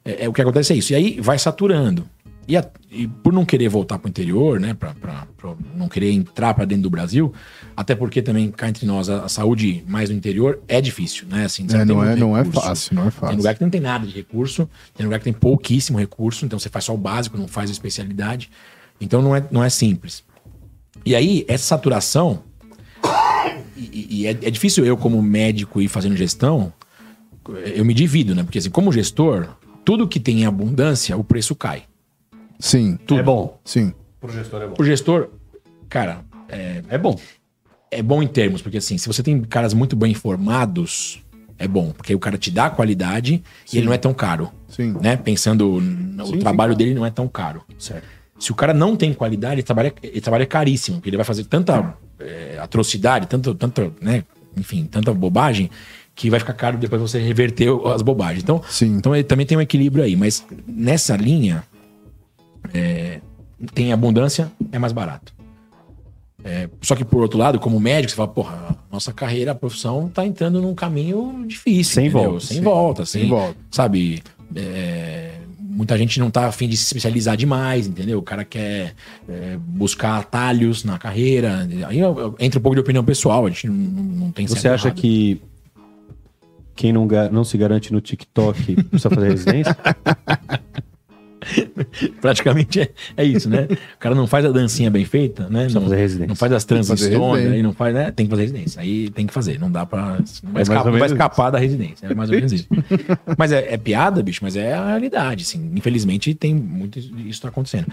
é, é o que acontece é isso. E aí vai saturando. E, a- e por não querer voltar pro interior, né? Pra, pra- pra não querer entrar pra dentro do Brasil, até porque também cá entre nós, a, a saúde mais no interior é difícil, né? Assim, você É, tem não, é, muito não é recurso. fácil, não é Tem fácil. lugar que não tem nada de recurso, tem lugar que tem pouquíssimo recurso, então você faz só o básico, não faz a especialidade. Então não é, não é simples. E aí, essa saturação. <coughs> E, e- e é, é difícil eu, como médico e fazendo gestão, eu me divido, né? Porque assim, como gestor, tudo que tem em abundância, o preço cai. Sim, É bom. sim. Pro gestor é bom. O gestor, cara, É bom. é bom em termos, porque assim, se você tem caras muito bem informados, é bom, porque aí o cara te dá a qualidade e ele não é tão caro. Sim. né? Pensando no Sim, o sim, trabalho dele não é tão caro. Certo. Se o cara não tem qualidade, ele trabalha, ele trabalha caríssimo, porque ele vai fazer tanta eh, atrocidade, tanto, tanto, né? Enfim, tanta bobagem que vai ficar caro depois você reverter o- as bobagens. Então, Sim. então ele também tem um equilíbrio aí, mas nessa linha eh, tem abundância, é mais barato. Eh, só que por outro lado, como médico, você fala, porra, a nossa carreira, a profissão tá entrando num caminho difícil. Sem entendeu? volta, Sem sim. volta, sem, Sem volta. sabe? é, muita gente não tá afim de se especializar demais, entendeu? O cara quer é, buscar atalhos na carreira. Aí eu- eu- entra um pouco de opinião pessoal, a gente não, não tem certo Você ou acha errado. que quem não, ga- não se garante no TikTok <laughs> precisa fazer residência? Praticamente é, é isso, né? O cara não faz a dancinha bem feita, né? Precisa Não, fazer residência. não faz as que fazer transições, residência. aí não faz, né? Tem que fazer residência. Aí tem que fazer, não dá pra. É Não vai, mais escapar, ou vai menos escapar da residência. É mais ou menos isso. mas é, é piada, bicho, mas é a realidade, assim. Infelizmente tem muito isso isso tá acontecendo.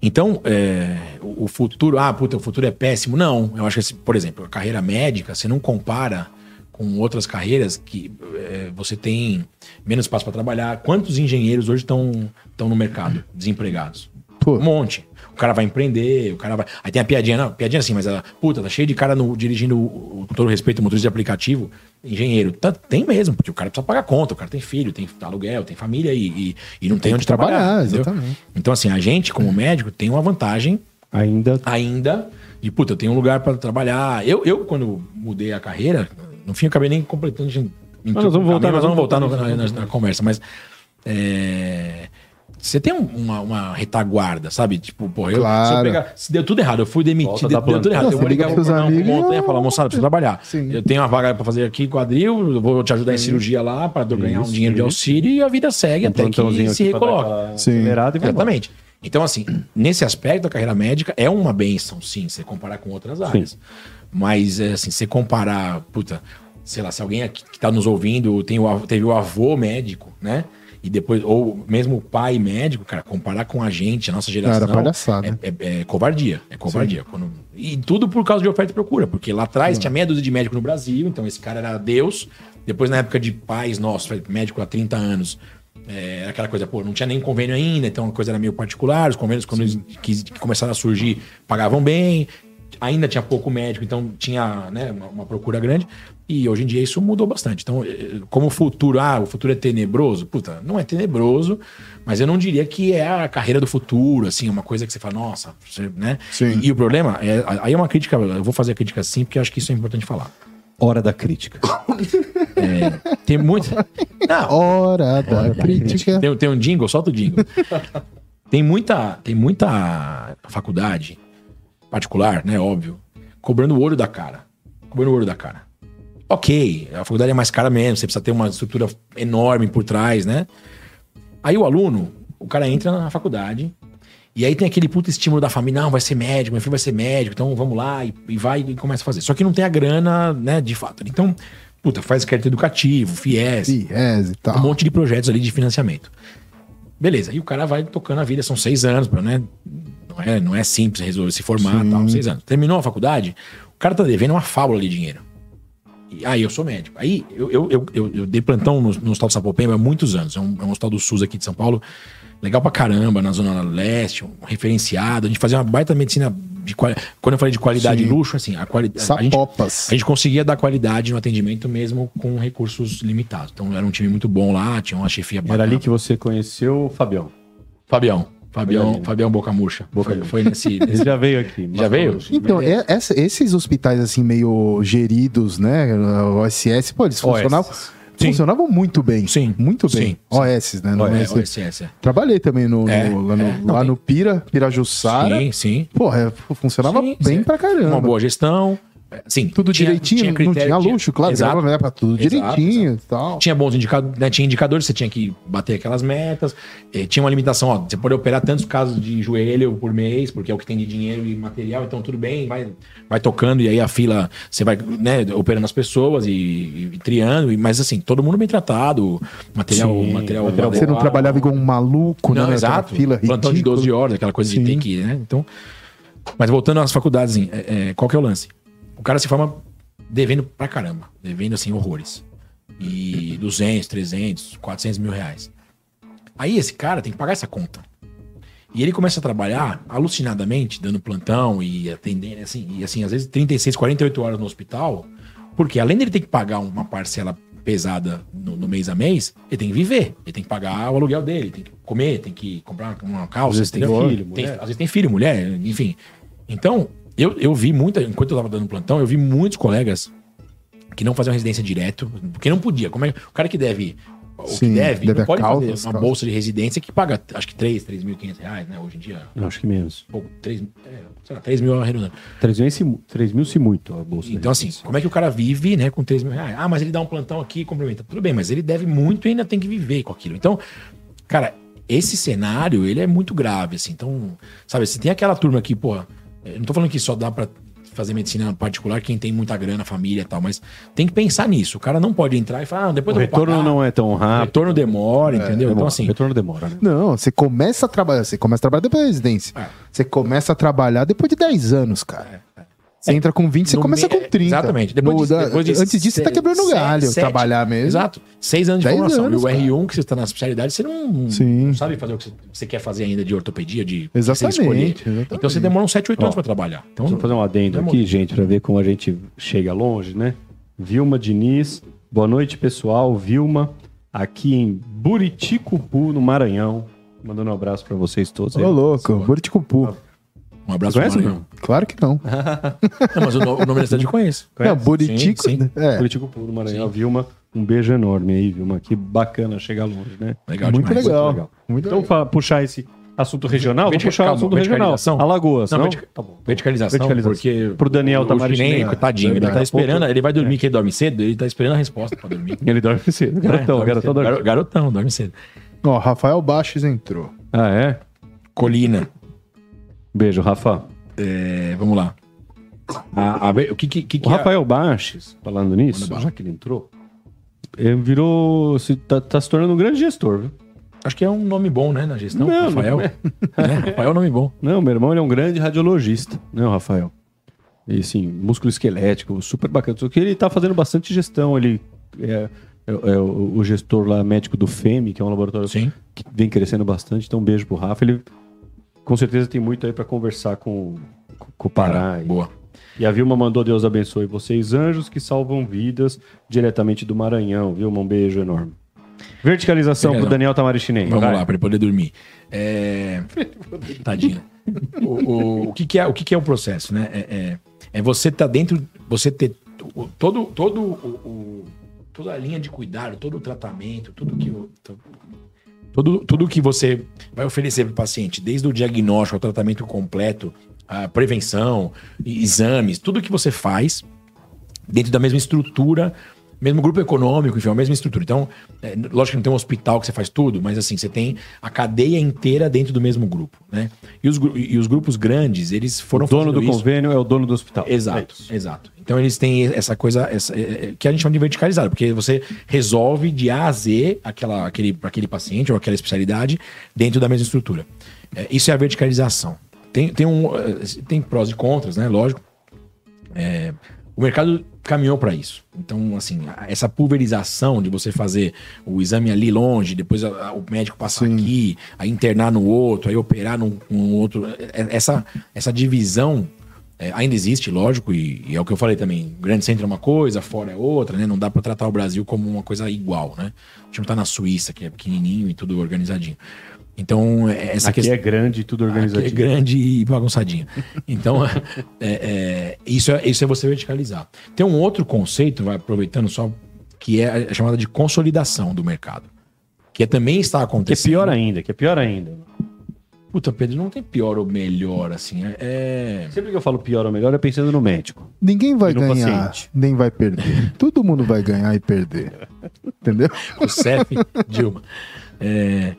Então, é, o o futuro, ah, puta, o futuro é péssimo. Não, eu acho que, assim, por exemplo, a carreira médica, você não compara com outras carreiras que é, você tem menos espaço para trabalhar. Quantos engenheiros hoje estão no mercado, desempregados? Pô. Um monte. O cara vai empreender, o cara vai. Aí tem a piadinha, não, piadinha assim, mas a puta, tá cheio de cara no- dirigindo, o- o- com todo respeito, motorista de aplicativo, engenheiro. Tá- tem mesmo, porque o cara precisa pagar conta, o cara tem filho, tem aluguel, tem família e, e, e não tem, onde trabalhar. trabalhar, entendeu? exatamente. Então, assim, a gente, como médico, tem uma vantagem Ainda. ainda de, puta, eu tenho um lugar pra trabalhar. Eu, eu, quando mudei a carreira, no fim eu acabei nem completando. a gente entrou nós vamos no voltar, caminho, nós vamos mas vamos voltar no- voltar na, na- na conversa. Mas é, você tem um- uma, uma retaguarda, sabe? Tipo, porra, eu, se, eu Claro. pegar, se deu tudo errado, eu fui Volta demitido, da deu, deu tudo planta. errado. Não, eu você vou ligar liga pro pros não, pro amigos, montanha e falar, moçada, eu preciso trabalhar. Sim. Eu tenho uma vaga pra fazer aqui, quadril, eu vou te ajudar em cirurgia lá, pra eu ganhar um Isso, dinheiro de isso. auxílio e a vida segue um até que plantãozinho se aqui pra dar recoloca. aquela Sim. acelerada e vai embora. Exatamente. Então, assim, nesse aspecto, a carreira médica é uma benção, sim, se você comparar com outras áreas. Mas, é, assim, se você comparar, puta, sei lá, se alguém aqui que tá nos ouvindo tem o, av- teve o avô médico, né? E depois, ou mesmo o pai médico, cara, comparar com a gente, a nossa geração. Cara, palhaçada. é é, é covardia, é covardia. Quando- e tudo por causa de oferta e procura, porque lá atrás tinha meia dúzia de médico no Brasil, então esse cara era Deus. Depois, na época de pais nossos, médico há 30 anos, é, era aquela coisa, pô, não tinha nem convênio ainda, então a coisa era meio particular. Os convênios, quando eles quis- que começaram a surgir, pagavam bem. Ainda tinha pouco médico, então tinha né, uma, uma procura grande. E hoje em dia isso mudou bastante. Então, eh, como o futuro, ah, o futuro é tenebroso? Puta, não é tenebroso, mas eu não diria que é a carreira do futuro, assim, uma coisa que você fala, nossa, você, né? Sim. E, e o problema, é, aí é uma crítica, eu vou fazer a crítica sim, porque eu acho que isso é importante falar. É, Hora da crítica. Tem muito. Não, Hora É da crítica. Tem, tem um jingle, solta o jingle. tem, muita, tem muita faculdade particular, né? Óbvio, cobrando o olho da cara. Cobrando o olho da cara. Ok, a faculdade é mais cara mesmo, você precisa ter uma estrutura enorme por trás, né? Aí o aluno, o cara entra na faculdade, e aí tem aquele puto estímulo da família, não, vai ser médico, meu filho vai ser médico, então vamos lá, e, e vai e começa a fazer. Só que não tem a grana, né, de fato. Então, puta, faz crédito educativo, Viés FIES, e um tal. monte de projetos ali de financiamento. Beleza, e o cara vai tocando a vida, são seis anos, pra, né? Não é, não é simples resolver se formar e tal, seis anos. Terminou a faculdade, o cara tá devendo uma fábula de dinheiro. E aí eu sou médico. Aí eu, eu, eu, eu- eu dei plantão no, no hospital do Sapopemba há muitos anos. É um, é um hospital do SUS aqui de São Paulo. Legal pra caramba, na Zona Leste, um referenciado. A gente fazia uma baita medicina de quali- Quando eu falei de qualidade e Sim. luxo, assim, a qualidade. A gente, Sapopas. a gente conseguia dar qualidade no atendimento mesmo com recursos limitados. Então era um time muito bom lá, tinha uma chefia Era bacana. ali que você conheceu o Fabião. Fabião. Fabião, ali, né? Fabião Boca Murcha. foi, foi nesse. Ele nesse- já veio aqui. Já veio? Então, é- essa- esses hospitais assim meio geridos, né? O OSS, pô, eles funcionavam. Sim. funcionavam muito bem. Sim. Muito bem. Sim. OS, né? Não É, OS. olha, sim, essa. Trabalhei também no, É, no- lá, no, é. lá no Pira, Pirajussara. Sim, sim. Porra, é, funcionava Sim, bem sim. pra caramba. Uma boa gestão. É, Sim. Tudo tinha- direitinho, tinha não critério, tinha luxo, claro, Exato. dava, né, pra tudo Exato, direitinho e tal. Tinha bons indicadores, né, tinha indicadores, você tinha que bater aquelas metas. eh, tinha uma limitação, ó, você pode operar tantos casos de joelho por mês, porque é o que tem de dinheiro e material, então tudo bem, vai, vai tocando e aí a fila, você vai né, operando as pessoas e, e triando, e- mas assim, todo mundo bem tratado, material, Sim, material, material Você não adequado. trabalhava igual um maluco, Não, né? naquela exato. Fila Plantão de ridícula. 12 horas, aquela coisa Sim. de ter que ir, né? Então. Mas voltando às faculdades, assim, é, é, qual que é o lance? O cara se forma devendo pra caramba. Devendo, assim, horrores. E 200, 300, 400 mil reais. Aí esse cara tem que pagar essa conta. E ele começa a trabalhar alucinadamente, dando plantão e atendendo, assim, e assim, às vezes 36, 48 horas no hospital, porque além dele ter que pagar uma parcela pesada no, no mês a mês, ele tem que viver, ele tem que pagar o aluguel dele, tem que comer, tem que comprar uma Às calça, vezes tem entendeu? filho, Tem- mulher. às vezes tem filho, mulher, enfim. Então, eu, eu vi muita, enquanto eu tava dando plantão, eu vi muitos colegas que não faziam residência direto, porque não podia. Como é, o cara que deve, o Sim, que deve, deve a não pode causa, fazer as uma causas. bolsa de residência que paga, acho que 3, 3.500 reais, né? Hoje em dia, Não, acho que menos. pouco, 3, é, sei lá, 3 mil reais redondando. 300 e, mu- 3 mil se muito a bolsa. Então, assim, como é que o cara vive, né, com 3 mil reais? Ah, mas ele dá um plantão aqui e complementa. Tudo bem, mas ele deve muito e ainda tem que viver com aquilo. Então, cara, esse cenário, ele é muito grave, assim. Então, sabe, se tem aquela turma que, porra, eu não tô falando que só dá pra fazer medicina particular quem tem muita grana, família e tal, mas tem que pensar nisso. O cara não pode entrar e falar, ah, o depois eu vou retorno pagar. não é tão O rápido. retorno demora, entendeu? Demora. Então, assim, retorno demora, né? Não, você começa a trabalhar, você começa a trabalhar depois da residência. É. Você começa a trabalhar depois de 10 anos, cara. Você entra com 20, você No começa me- com 30. Exatamente. Depois No- disso- da- depois disso, antes disso, você tá se- quebrando se- galho, sete- trabalhar mesmo. Exato. Seis anos de Dez formação. anos, e o R1 que você tá na especialidade, você não, Sim. não sabe fazer o que você- você quer fazer ainda de ortopedia, de o que você tem que Exatamente. escolher. exatamente. Então você demora uns 7, 8 Ó, anos pra trabalhar. Então, Vamos fazer um adendo Demora. aqui, gente, pra ver como a gente chega longe, né? Vilma Diniz, boa noite, pessoal. Vilma, aqui em Buriticupu, no Maranhão. Mandando um abraço pra vocês todos. aí. Ô, louco, Buriticupu. um Você abraço conhece pro não? Maranhão. Claro que não. Não, mas o, no- o nome da cidade eu conheço. É, Conhece? Buritico. Sim, sim. É, Buriticupu, no Maranhão. Vilma, um beijo enorme aí, Vilma. Que bacana chegar longe, né? Legal muito demais. legal. legal. Muito Então, para puxar esse assunto regional, vou Vertica- puxar o calma, assunto regional. verticalização. Alagoas, Não, não? vertica- Tá bom. Verticalização, Verticalização. porque Pro Daniel o Tamaris, chinês, né? coitadinho, ele Daqui tá a pouco- É. esperando, ele vai dormir, que ele dorme cedo, ele tá esperando a resposta pra dormir. Ele dorme cedo. Garotão, É, dorme garotão cedo. dorme Garo- cedo. Garotão, dorme cedo. Ó, Rafael Baches entrou. Ah, é? Colina. Beijo, Rafa. É, vamos lá. A- a ve- o que, que, que, O que é- Rafael Baches, falando nisso, Manda bala. já que ele entrou, ele virou. Se, tá, tá se tornando um grande gestor, viu? Acho que é um nome bom, né, na gestão? Não, Rafael. não é. <laughs> É, Rafael é um nome bom. Não, meu irmão ele é um grande radiologista, né, o Rafael? E assim, músculo esquelético, super bacana. Só que ele tá fazendo bastante gestão. Ele é, é- é o o gestor lá, médico do FEMI, que é um laboratório Sim. que vem crescendo bastante. Então, um beijo pro Rafa. Ele com certeza tem muito aí pra conversar com, com- com o Pará. E- Boa. E a Vilma mandou Deus abençoe vocês, anjos que salvam vidas diretamente do Maranhão. Vilma, um beijo enorme. Verticalização Beleza. pro Daniel Tamarichinei. Vamos Vai. lá, para ele poder dormir. <laughs> É... Tadinho. O, o, o que, que é, o que, que é o processo, né? É, é- é você tá dentro, você ter o- todo, todo o- o- toda a linha de cuidado, todo o tratamento, tudo que o- to- tudo, tudo que você vai oferecer para o paciente, desde o diagnóstico ao tratamento completo, a prevenção, e- exames, tudo que você faz dentro da mesma estrutura, mesmo grupo econômico, enfim, a mesma estrutura. Então, é, lógico que não tem um hospital que você faz tudo, mas assim, você tem a cadeia inteira dentro do mesmo grupo, né? E os, gru- e os grupos grandes, eles foram O dono do fazendo isso- convênio é o dono do hospital. Exato, É isso. exato. Então eles têm essa coisa essa, é, é, que a gente chama de verticalizado, porque você resolve de A a Z aquela, aquele, pra aquele paciente ou aquela especialidade dentro da mesma estrutura. É, isso é a verticalização. Tem, tem, um, é, tem prós e contras, né? Lógico. É, o mercado caminhou para isso. Então, assim, a- essa pulverização de você fazer o exame ali longe, depois a- a- o médico passar Sim. aqui, aí internar no outro, aí operar num, num outro. é- é- Essa, essa divisão é, ainda existe, lógico, e, e é o que eu falei também. O grande centro é uma coisa, fora é outra, né? Não dá para tratar o Brasil como uma coisa igual, né? A gente não tá na Suíça, que é pequenininho e tudo organizadinho. Então, é- essa Aqui questão é grande e tudo organizadinho. é grande e bagunçadinha. Então, <laughs> é, é, isso, é, isso é você verticalizar. Tem um outro conceito, vai aproveitando só, que é a chamada de consolidação do mercado. Que é, também está Que é acontecendo. pior ainda, que é pior ainda. Puta, Pedro, não tem pior ou melhor, assim. é- É. Sempre que eu falo pior ou melhor, é pensando no médico. Ninguém vai E no ganhar, paciente. nem vai <laughs> perder. Todo mundo vai ganhar e perder. Entendeu? o CEF, <laughs> Dilma. É,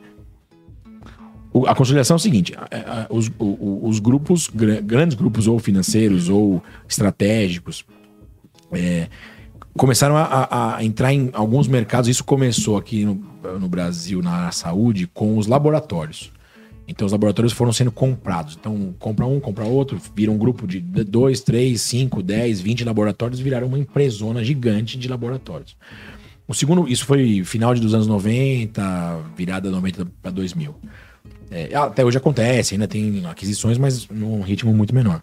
o- a consolidação é o seguinte: a- a- os, o- o- os grupos, gra- grandes grupos, ou financeiros, ou estratégicos, é, começaram a- a, a entrar em alguns mercados. Isso começou aqui no, no Brasil, na área da saúde, com os laboratórios. Então, os laboratórios foram sendo comprados. Então, compra um, compra outro, vira um grupo de d- dois, três, cinco, dez, vinte laboratórios, viraram uma empresona gigante de laboratórios. O segundo, isso foi final de dos anos 90, virada 90 para 2000. É, até hoje acontece, ainda tem aquisições, mas num ritmo muito menor.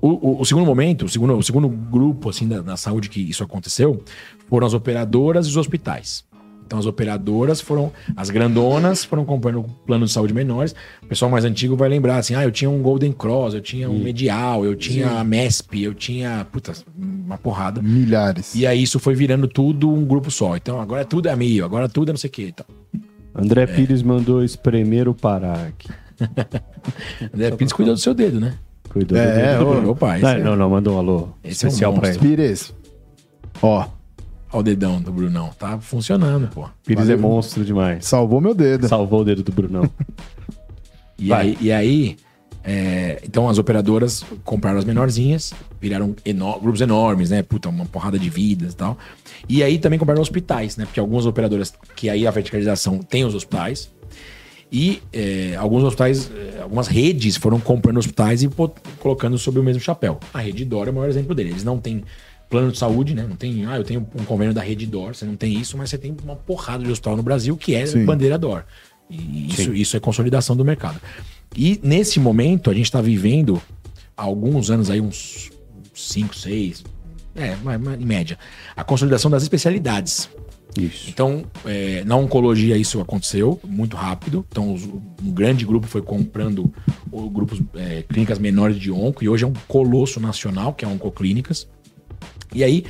O, o- o segundo momento, o segundo, o segundo grupo assim da, da saúde que isso aconteceu foram as operadoras e os hospitais. Então as operadoras foram, as grandonas foram comprando planos de saúde menores. O pessoal mais antigo vai lembrar assim, ah, eu tinha um Golden Cross, eu tinha um Medial, eu tinha a MESP, eu tinha, puta, uma porrada. Milhares. E é aí isso foi virando tudo um grupo só. Então agora tudo é meio, agora tudo é não sei o que. Então, André Pires mandou espremer o Pará aqui. É, André Pires cuidou do seu dedo, né? Cuidou do É, dedo. ô, Cuidou, pai. Não, esse- não, não, mandou um alô Esse é um especial pra monstro. ele. Pires. Ó, Ó o dedão do Brunão. Tá funcionando, pô. Pires Valeu. é <laughs> monstro demais. salvou meu dedo. Salvou o dedo do Brunão. E Vai. aí, e aí, é, então as operadoras compraram as menorzinhas, viraram eno- grupos enormes, né? Puta, uma porrada de vidas e tal. E aí também compraram hospitais, né? Porque algumas operadoras, que aí a verticalização tem os hospitais. E é, alguns hospitais, é, algumas redes foram comprando hospitais e pô- colocando sob o mesmo chapéu. A Rede Dor é o maior exemplo dele. Eles não têm plano de saúde, né? Não tem, ah, eu tenho um convênio da Rede Dor, você não tem isso, mas você tem uma porrada de hospital no Brasil que é Sim. bandeira Dor. E isso, isso é consolidação do mercado. E nesse momento, a gente está vivendo há alguns anos aí, uns 5, 6, é, mas- mas em média, a consolidação das especialidades. Isso. Então, é, na oncologia isso aconteceu muito rápido. Então, os- um grande grupo foi comprando o- grupos, é, clínicas menores de onco, e hoje é um colosso nacional, que é a Oncoclínicas. E aí,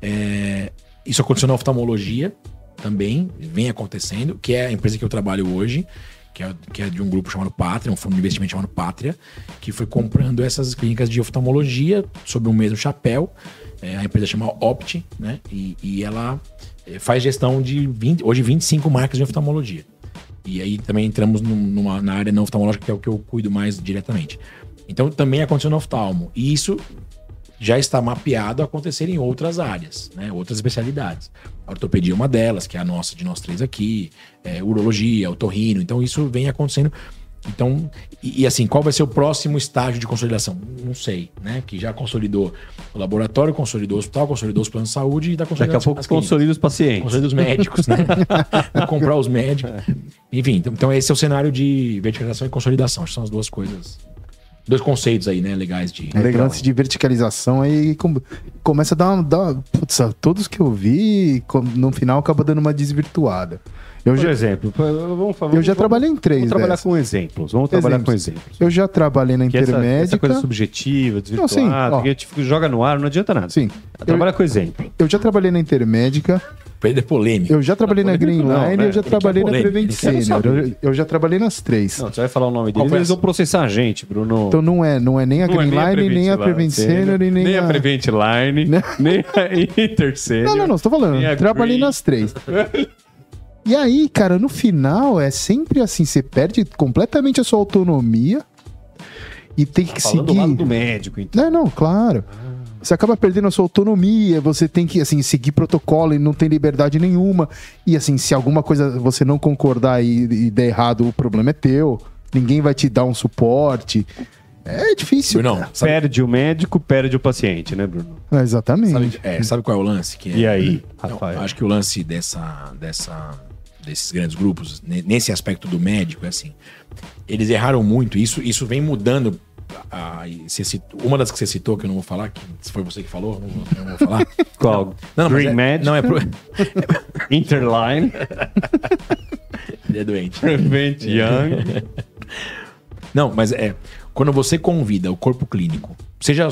é, isso aconteceu na oftalmologia também, vem acontecendo, que é a empresa que eu trabalho hoje, que é, que é de um grupo chamado Pátria, um fundo de investimento chamado Pátria, que foi comprando essas clínicas de oftalmologia sob o mesmo chapéu. É, a empresa chama Opt, né? E, e ela eh, faz gestão de 20, hoje 25 marcas de oftalmologia. E aí também entramos num- numa, na área não oftalmológica, que é o que eu cuido mais diretamente. Então também aconteceu no oftalmo. E isso já está mapeado a acontecer em outras áreas, né? outras especialidades. A ortopedia é uma delas, que é a nossa de nós três aqui, é, urologia, otorrino. Então, isso vem acontecendo. Então, e, e assim, qual vai ser o próximo estágio de consolidação? Não sei, né? Que já consolidou o laboratório, consolidou o hospital, consolidou os planos de saúde e está Daqui consolidando a pouco as clínicas. consolida os pacientes. Conselho dos médicos, né? Vou comprar os médicos. Enfim, então- então esse é o cenário de verticalização e consolidação. Acho que são as duas coisas. Dois conceitos aí, né? Legais de. É legal lance de verticalização aí com- começa a dar uma. Dar, uma- putz, todos que eu vi, com- no final acaba dando uma desvirtuada. Eu Por já, exemplo, vamos, vamos, eu já vamos- trabalhei em três. Vamos trabalhar dessas. com exemplos. Vamos trabalhar Exemplos. com exemplos. Eu já trabalhei na Que essa, intermédica. essa coisa subjetiva, desvirtuada, sim, ó. que a gente fica- joga no ar, não adianta nada. Sim. Trabalha com exemplo. Eu já trabalhei na intermédica. Perder polêmica. Eu já trabalhei na Green polêmica não, Line, né? eu já Ele quer trabalhei na polêmica, Prevent ele quer Senior. saber. Eu, eu já trabalhei nas três. é Não, tá você vai falar o nome Qual deles, foi eles essa? vão processar a gente, Bruno. Então não é, não é nem a Não é Green Line, nem a Prevent Senior e nem, né? a Prevent Line, Né? <laughs> nem a Inter Senior. Não, não, não, estou falando. nem a Trabalhei Green. nas três. E aí, cara, no final é sempre assim, você perde completamente a sua autonomia e tem que Falando do seguir. lado do médico, então. Não, não, claro. Você acaba perdendo a sua autonomia, você tem que, assim, seguir protocolo e não tem liberdade nenhuma. E, assim, se alguma coisa você não concordar e, e der errado, o problema é teu. Ninguém vai te dar um suporte. É difícil. Brunão, sabe, Perde o médico, perde o paciente, né, Bruno? É, Exatamente. sabe- é, sabe qual é o lance? Que é- E aí, Não, Rafael? acho que o lance dessa, dessa, desses grandes grupos, ne- nesse aspecto do médico, é assim, eles erraram muito. Isso, isso vem mudando. a- a- você citou- uma das que você citou, que eu não vou falar, que foi você que falou, não vou, eu não vou <laughs> falar. Qual? Não, mas Green é- Magic, Não, é, pro, <laughs> Interline, <laughs> é doente. Prevent Young. Não, mas é. Quando você convida o corpo clínico Seja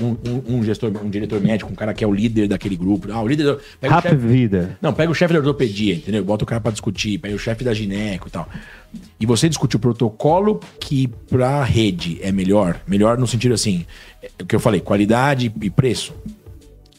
um, um- um gestor, um diretor médico, um cara que é o líder daquele grupo. Ah, o líder. do- Pega o Rap chefe- Vida. não, pega o chefe da ortopedia, entendeu? Bota o cara pra discutir, pega o chefe da gineco e tal. E você discute o protocolo que pra rede é melhor, melhor no sentido assim, é o que eu falei, qualidade e preço.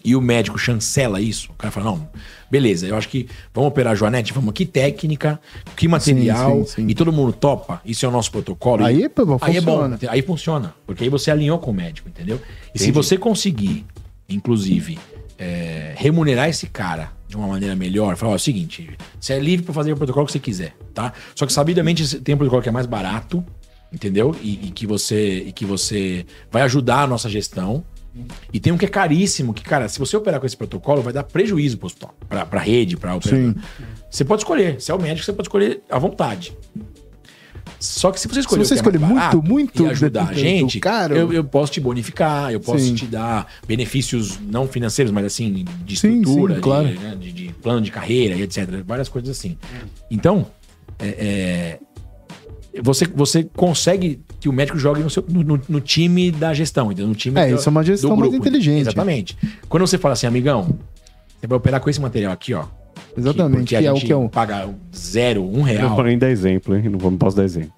E o médico chancela isso, o cara fala, não, beleza, eu acho que vamos operar a Joanete, vamos, que técnica, que material, sim, sim. e todo mundo topa, isso é o nosso protocolo. Aí, E- pô, bom, aí é bom, funciona. aí funciona, porque aí você alinhou com o médico, entendeu? E se você conseguir, inclusive, é, remunerar esse cara de uma maneira melhor, falar, ó, é o seguinte, você é livre para fazer o protocolo que você quiser, tá? Só que sabidamente tem um protocolo que é mais barato, entendeu? E, e que você e que você vai ajudar a nossa gestão. E tem um que é caríssimo, que, cara, se você operar com esse protocolo, vai dar prejuízo pro hospital, pra, pra rede, pra operador. Sim. Você pode escolher, se é o médico, você pode escolher à vontade. Só que se você escolher você o que é mais escolher muito, barato muito e ajudar do- a do gente, caro- eu, eu posso te bonificar, eu posso Sim. te dar benefícios não financeiros, mas assim, de Sim, estrutura, sim, de- claro. né, de, de plano de carreira e etc. Várias coisas assim. Então, é- é, você, você consegue que o médico jogue no, seu- no- no- no time da gestão, entendeu? no time É, do- isso é uma do gestão mais grupo. inteligente. Exatamente. Quando você fala assim, amigão, você vai operar com esse material aqui, ó. Exatamente, porque que a é o gente que é um. Paga zero, um Eu não real. vou nem dar exemplo, hein? Não vou- não posso dar exemplo.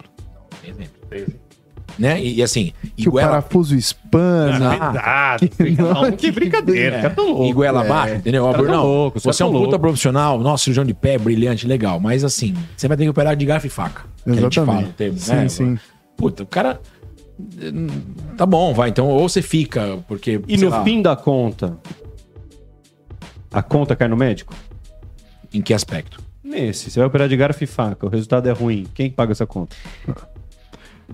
Né? E, Ah, e assim, Que o igual parafuso É espana. Ah, <laughs> Verdade. que brincadeira. Cara, tá E louco. é. goela abaixo, entendeu? Ó, Cara, tá Brunão, louco, você é um tá louco. puta profissional, nosso cirurgião de pé, brilhante, legal. Mas assim, você vai ter que operar de garfo e faca. que a gente Exatamente. fala o termo, Sim, né? sim. Puta, o cara. eh, Tá bom, vai. Então, ou você fica, porque. E sei no lá, fim da conta, a conta cai no médico? Em que aspecto? Nesse. Você vai operar de garfo e faca, o resultado é ruim. Quem paga essa conta?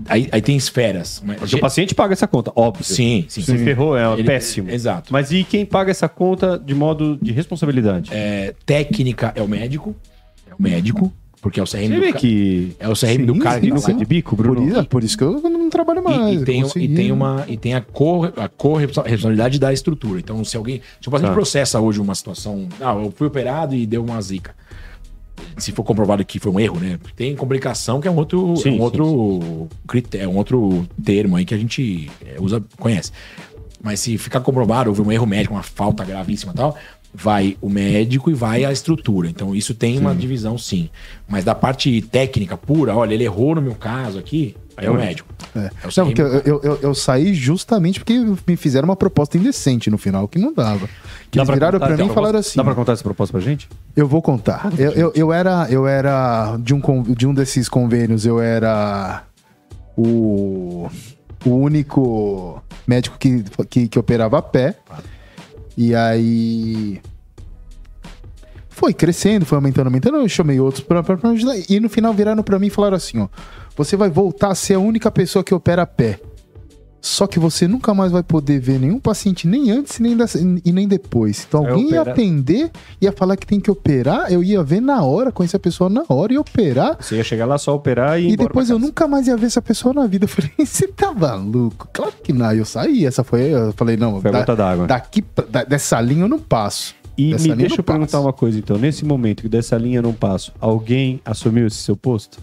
Aí, aí tem esferas. mas- Porque o paciente paga essa conta, óbvio. Sim, sim. Se ferrou, é Ele- péssimo. Exato. Mas e quem paga essa conta de modo de responsabilidade? É, técnica é o médico. É o médico, porque é o CRM Você do vê ca- que É o CRM Sim, do cara sim, que tá sim. lá. de bico, Por Bruno. isso, por isso que eu não trabalho E, mais. e eu tem, um, e consegui. tem uma e tem a, co, a corresponsabilidade da estrutura. Então, se alguém. Se o paciente Tá. processa hoje uma situação. Ah, eu fui operado e deu uma zica. Se for comprovado que foi um erro, né? Tem complicação que é um outro, Sim, é um sim, outro critério, um outro termo aí que a gente é, usa, conhece. Mas se ficar comprovado, houve um erro médico, uma falta gravíssima e tal, vai o médico e vai a estrutura. Então isso tem uma divisão, sim. Mas da parte técnica pura, olha, ele errou no meu caso aqui, aí é Uhum. o médico. É. É o Não, porque eu, CRM. eu- eu- eu saí justamente porque me fizeram uma proposta indecente no final, que não dava. Que eles viraram pra mim e falaram assim: Dá pra contar essa proposta pra gente? Eu vou contar. Eu, eu, eu era, eu era de, um, con- de um desses convênios, eu era o, o único médico que, que, que operava a pé. E aí. Foi crescendo, foi aumentando, aumentando. Eu chamei outros pra, pra, pra me ajudar. E no final viraram pra mim e falaram assim: ó, você vai voltar a ser a única pessoa que opera a pé. Só que você nunca mais vai poder ver nenhum paciente, nem antes nem da- e nem depois. Então É, alguém ia opera- atender, ia falar que tem que operar, eu ia ver na hora, conhecer a pessoa na hora e operar. Você ia chegar lá só operar e. ir E embora depois pra eu casa. nunca mais ia ver essa pessoa na vida. Eu falei, <laughs> você tá maluco? Claro que não. Aí Eu saí, essa foi. Eu falei, não, Foi a da- né?" gota d'água. daqui pra- da- dessa linha eu não passo. E dessa me linha deixa eu eu não perguntar passo. uma coisa, então. Nesse momento que dessa linha eu não passo, alguém assumiu esse seu posto?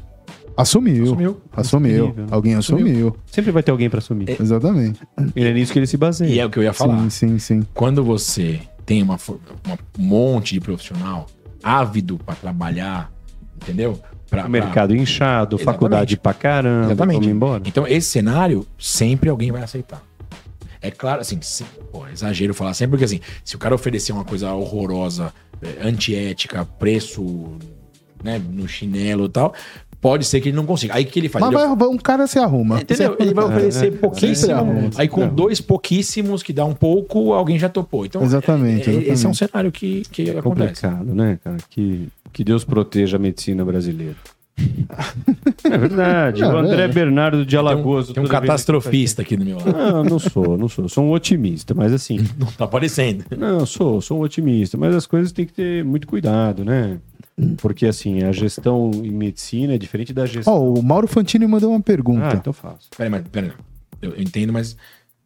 Assumiu. Assumiu. Incrível. Alguém assumiu. Sempre vai ter alguém pra É, assumir. Exatamente. E é nisso que ele se baseia. E é o que eu ia É, falar. Sim, sim, sim. Quando você tem uma, for- uma- um monte de profissional ávido para trabalhar, entendeu? Pra, O pra- mercado inchado, Exatamente. faculdade pra caramba, Exatamente. vamos embora. Então, esse cenário, sempre alguém vai aceitar. É claro, assim, se, pô, é exagero falar sempre, porque assim, se o cara oferecer uma coisa horrorosa, eh, antiética, preço né, no chinelo e tal, pode ser que ele não consiga. Aí o que ele faz? Mas Ele vai, vai- um cara se arruma. Entendeu? é Ele vai oferecer Sempre pouquíssimo. arruma. Aí com dois pouquíssimos que dá um pouco, alguém já topou. Então, Exatamente, é- é- esse é um exatamente. É cenário que, que acontece. Complicado, né, cara? Que, que Deus proteja a <laughs> medicina brasileira. é verdade. Não, o André é. Bernardo de Alagoas. Tem um toda vez- catastrofista aqui do meu lado. Não, não sou, não sou. Sou um otimista, mas assim. Não tá aparecendo. Não, sou, sou um otimista, mas as coisas têm que ter muito cuidado, né? Porque assim, a gestão em medicina é diferente da gestão. Ó, o Mauro Fantini mandou uma ah, pergunta. então faço. Peraí, mas peraí. Eu, eu entendo, mas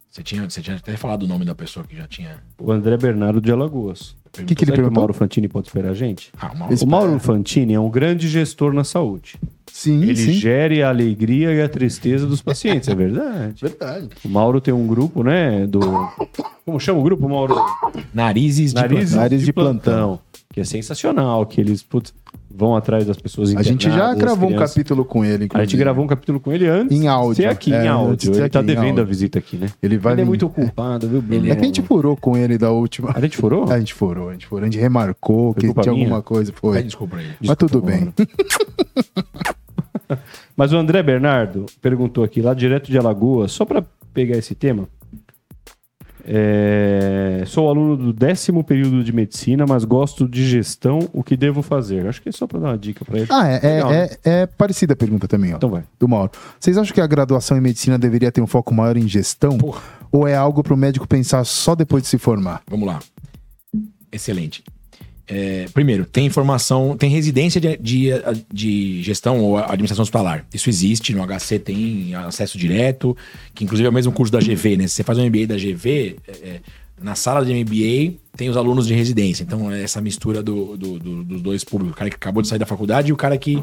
Você tinha, você tinha até falado o nome da pessoa que já tinha. O André Bernardo de Alagoas. O que, que ele Será que o perguntou? Mauro Fantini pode esperar a gente? Ah, uma... Esse- O Mauro Fantini é um grande gestor na saúde. Sim, Ele sim. gere a alegria e a tristeza dos pacientes, é verdade. Verdade. O Mauro tem um grupo, né? Do. Como chama o grupo, Mauro? Narizes de Narizes plantão. Narizes de Que é sensacional, que eles putz, vão atrás das pessoas A gente já internadas, das gravou um crianças. capítulo com ele. A gente inclusive. gravou um capítulo com ele antes. Em áudio. Ser aqui, É, em antes áudio. de ser Ele tá aqui, em devendo áudio. a visita aqui, né? Ele vai ele é vir. muito culpado, viu, Bruno? É que a gente furou com ele da última. um- A gente <laughs> furou? A gente furou, a gente furou. A gente remarcou que culpa tinha minha? alguma coisa. Foi. Pede desculpa aí. Mas tudo bem. Mas o André Bernardo perguntou aqui, lá direto de Alagoas, só para pegar esse tema. É, Sou aluno do décimo período de medicina, mas gosto de gestão. O que devo fazer? Acho que é só para dar uma dica para ele. Ah, é, Legal, é, né? é, é parecida a pergunta também, ó. Então vai. Do Mauro. Vocês acham que a graduação em medicina deveria ter um foco maior em gestão? Porra. Ou é algo para o médico pensar só depois de se formar? Vamos lá. Excelente. É, primeiro, tem formação, tem residência de, de, de gestão ou administração hospitalar. Isso existe, no HC tem acesso direto, que inclusive é o mesmo curso da GV, né? Se você faz um MBA da GV, é, é, na sala de MBA tem os alunos de residência. Então, é essa mistura do- do- do- dos dois públicos, o cara que acabou de sair da faculdade e o cara que,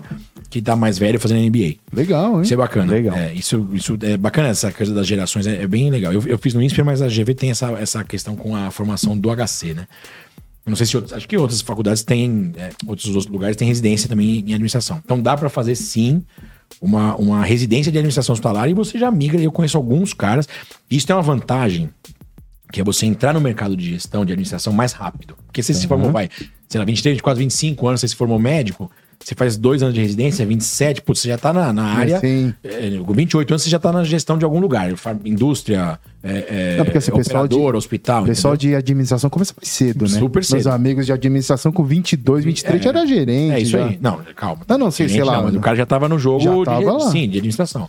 que tá mais velho fazendo MBA. Legal, hein? Isso é bacana. Legal. É, isso, isso é bacana, essa coisa das gerações, é, é bem legal. Eu, eu fiz no INSPER, mas a GV tem essa, essa questão com a formação do HC, né? Eu Não sei se outras, acho que outras faculdades têm, é, outros, outros lugares têm residência também em administração. Então dá pra fazer sim uma, uma residência de administração hospitalar e você já migra. Eu conheço alguns caras. Isso tem uma vantagem, que é você entrar no mercado de gestão, de administração mais rápido. Porque você se formou, Uhum. vai, sei lá, 23, 24, 25 anos, você se formou médico, você faz dois anos de residência, 27, putz, você já tá na, na área. Sim. É, com 28 anos você já tá na gestão de algum lugar, far- indústria, é, é, Não, porque esse pessoal de- operador, hospital. O pessoal de administração começa mais cedo, né? Super cedo. Meus amigos de administração com 22, 23 já era gerente. entendeu? É isso já. aí. Não, calma. Não, não, sei, Gerente sei lá, mas mano. o cara já tava no jogo Já de- tava lá. Sim, de administração.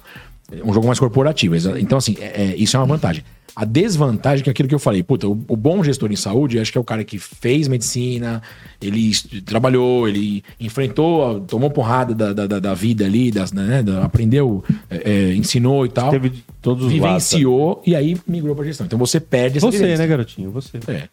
Um jogo mais corporativo. exa- Então, assim, é- é- isso é uma vantagem. A desvantagem que é aquilo que eu falei, puta, o, o bom gestor em saúde, acho que é o cara que fez medicina, ele est- trabalhou, ele enfrentou, tomou porrada da, da, da- da vida ali, das, né, da- aprendeu, é, é, ensinou e tal. Teve de todos os lados. tá? vivenciou e aí migrou pra gestão. Então você perde essa Você, vivência. né, garotinho? Você. É.